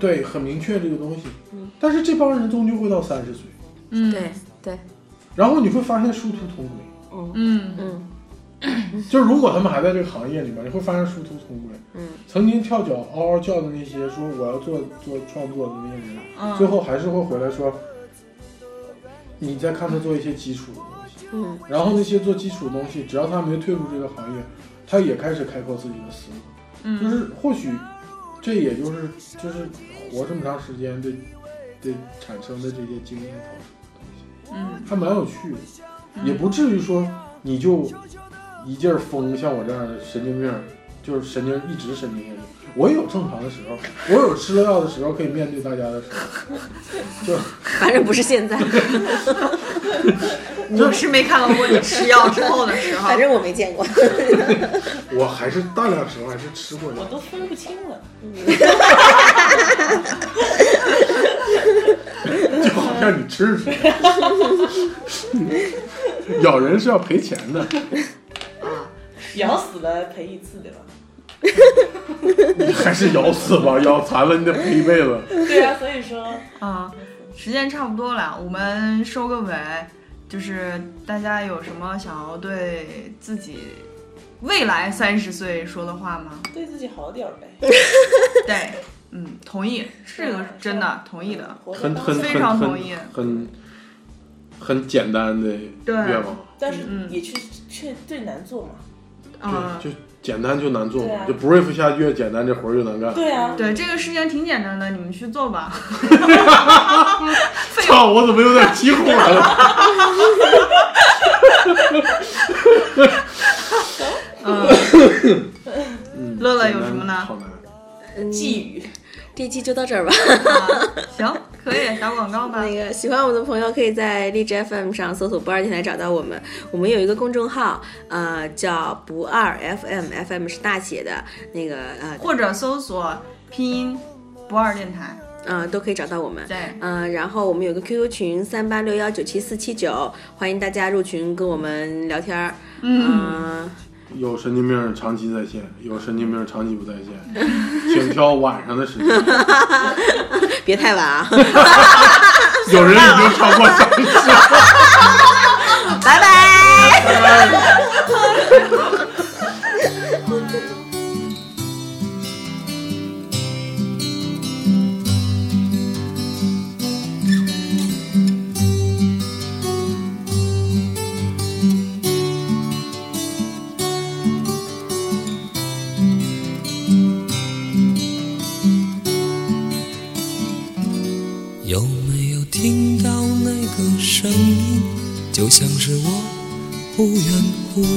S2: 对，很明确这个东西。但是这帮人终究会到三十岁，
S4: 嗯，
S5: 对对，
S2: 然后你会发现殊途同归。
S4: 嗯
S5: 嗯
S2: 就是如果他们还在这个行业里面，你会发现殊途同归。
S5: 嗯，
S2: 曾经跳脚嗷嗷叫的那些说我要做做创作的那些人，
S4: 嗯
S2: 最后还是会回来说，你再看他做一些基础的东西。
S5: 嗯
S2: 然后那些做基础的东西，只要他没退出这个行业，他也开始开阔自己的思路。
S4: 嗯
S2: 就是或许这也就是就是活这么长时间对的产生的这些经验讨论东
S4: 嗯
S2: 西，还蛮有趣的，也不至于说你就一劲儿疯，像我这样的神经病儿，就是神经一直神经下去。我也有正常的时候，我有吃了药的时候可以面对大家的时候，就
S5: 反正不是现 在，
S4: 我是没看到过你吃药之后的 时候
S5: 反。正我没见过。
S2: 我还是大量时候还是吃过
S6: 我
S2: 药，
S6: 都分不清了。
S2: 就好像你吃似的，咬人是要赔钱的。
S6: 咬死了赔一 次，对吧？
S2: 还是咬死吧，咬残了你得赔一辈子。
S6: 对啊，所以说
S4: 啊，时间差不多了，我们收个尾。就是大家有什么想要对自己未来三十岁说的话吗？
S6: 对自己好点儿呗。
S4: 对，嗯，同意，这个是真的同意的。
S6: 活着
S2: 很
S6: 当
S2: 很
S6: 下
S4: 非
S2: 很
S4: 常
S2: 很
S4: 同意
S2: 很很简单的
S4: 对
S2: 愿望，
S6: 但是
S4: 嗯
S6: 也确确最难做嘛。
S4: 嗯，
S2: 对，就简单就难做
S6: 对，啊
S2: 就 brief 下越简单，这活儿越难干。
S6: 对啊，
S4: 对，这个事情挺简单的，你们去做吧。
S2: 操，我怎么有点起火了？
S4: 嗯，
S2: 嗯
S4: 乐乐
S2: 简
S4: 有
S2: 单
S4: 什么呢
S2: 好难。
S6: 嗯寄语。
S5: 这期就到这儿吧。
S4: 啊行，可以打广告 吧。
S5: 那个喜欢我们的朋友可以在荔枝 FM 上搜索“不二电台”找到我们。我们有一个公众号，呃，叫“不二 FM”，FM 是大写的，那个呃
S4: 或者搜索拼音不二电台。
S5: 呃都可以找到我们。
S4: 对，
S5: 嗯、然后我们有个 QQ 群三八六幺九七四七九，欢迎大家入群跟我们聊天儿。嗯、
S2: 有神经病长期在线，有神经病长期不在线，请挑晚上的 时间。
S5: 别太晚啊，
S2: 有人已经超过三十了。
S5: 拜拜。
S7: 有没有听到那个声音？就像是我忽远忽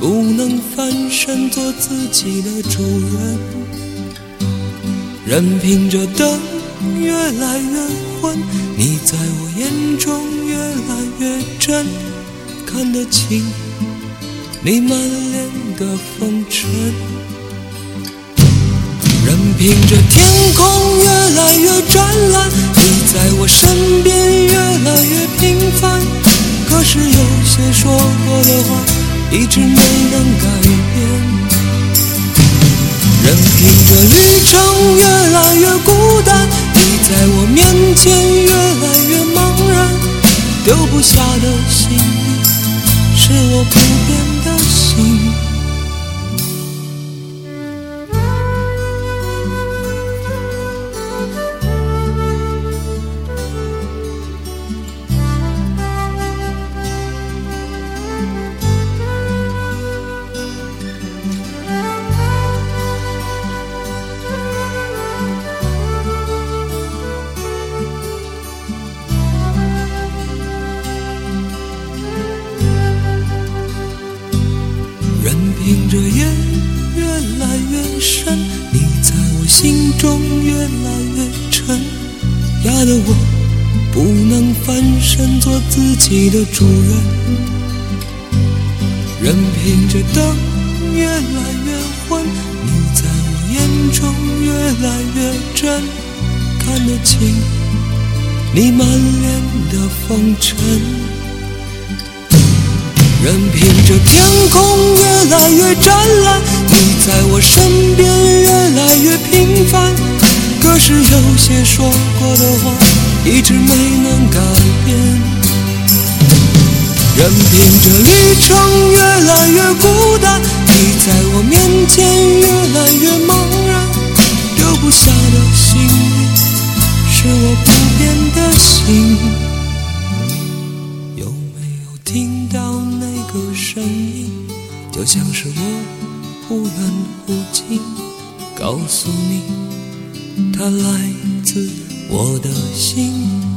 S7: 不能翻身做自己的主人。任凭这灯越来越昏，你在我眼中越来越真，看得清你满脸的风尘。任凭这天空越来越湛蓝，你在我身边越来越平凡。可是有些说过的话，一直没能改变。任凭这旅程越来越孤单，你在我面前越来越茫然。丢不下的行李，是我不变的心。任凭这夜越来越深，你在我心中越来越沉，压得我不能翻身做自己的主人。任凭这灯越来越昏，你在我眼中越来越真，看得清你满脸的风尘。任凭这天空越来越湛蓝，你在我身边越来越平凡。可是有些说过的话，一直这旅程越来越孤单，你在我面前越来越茫然，丢不下的行李是我不变的心。有没有听到那个声音？就像是我忽远忽近，告诉你，它来自我的心。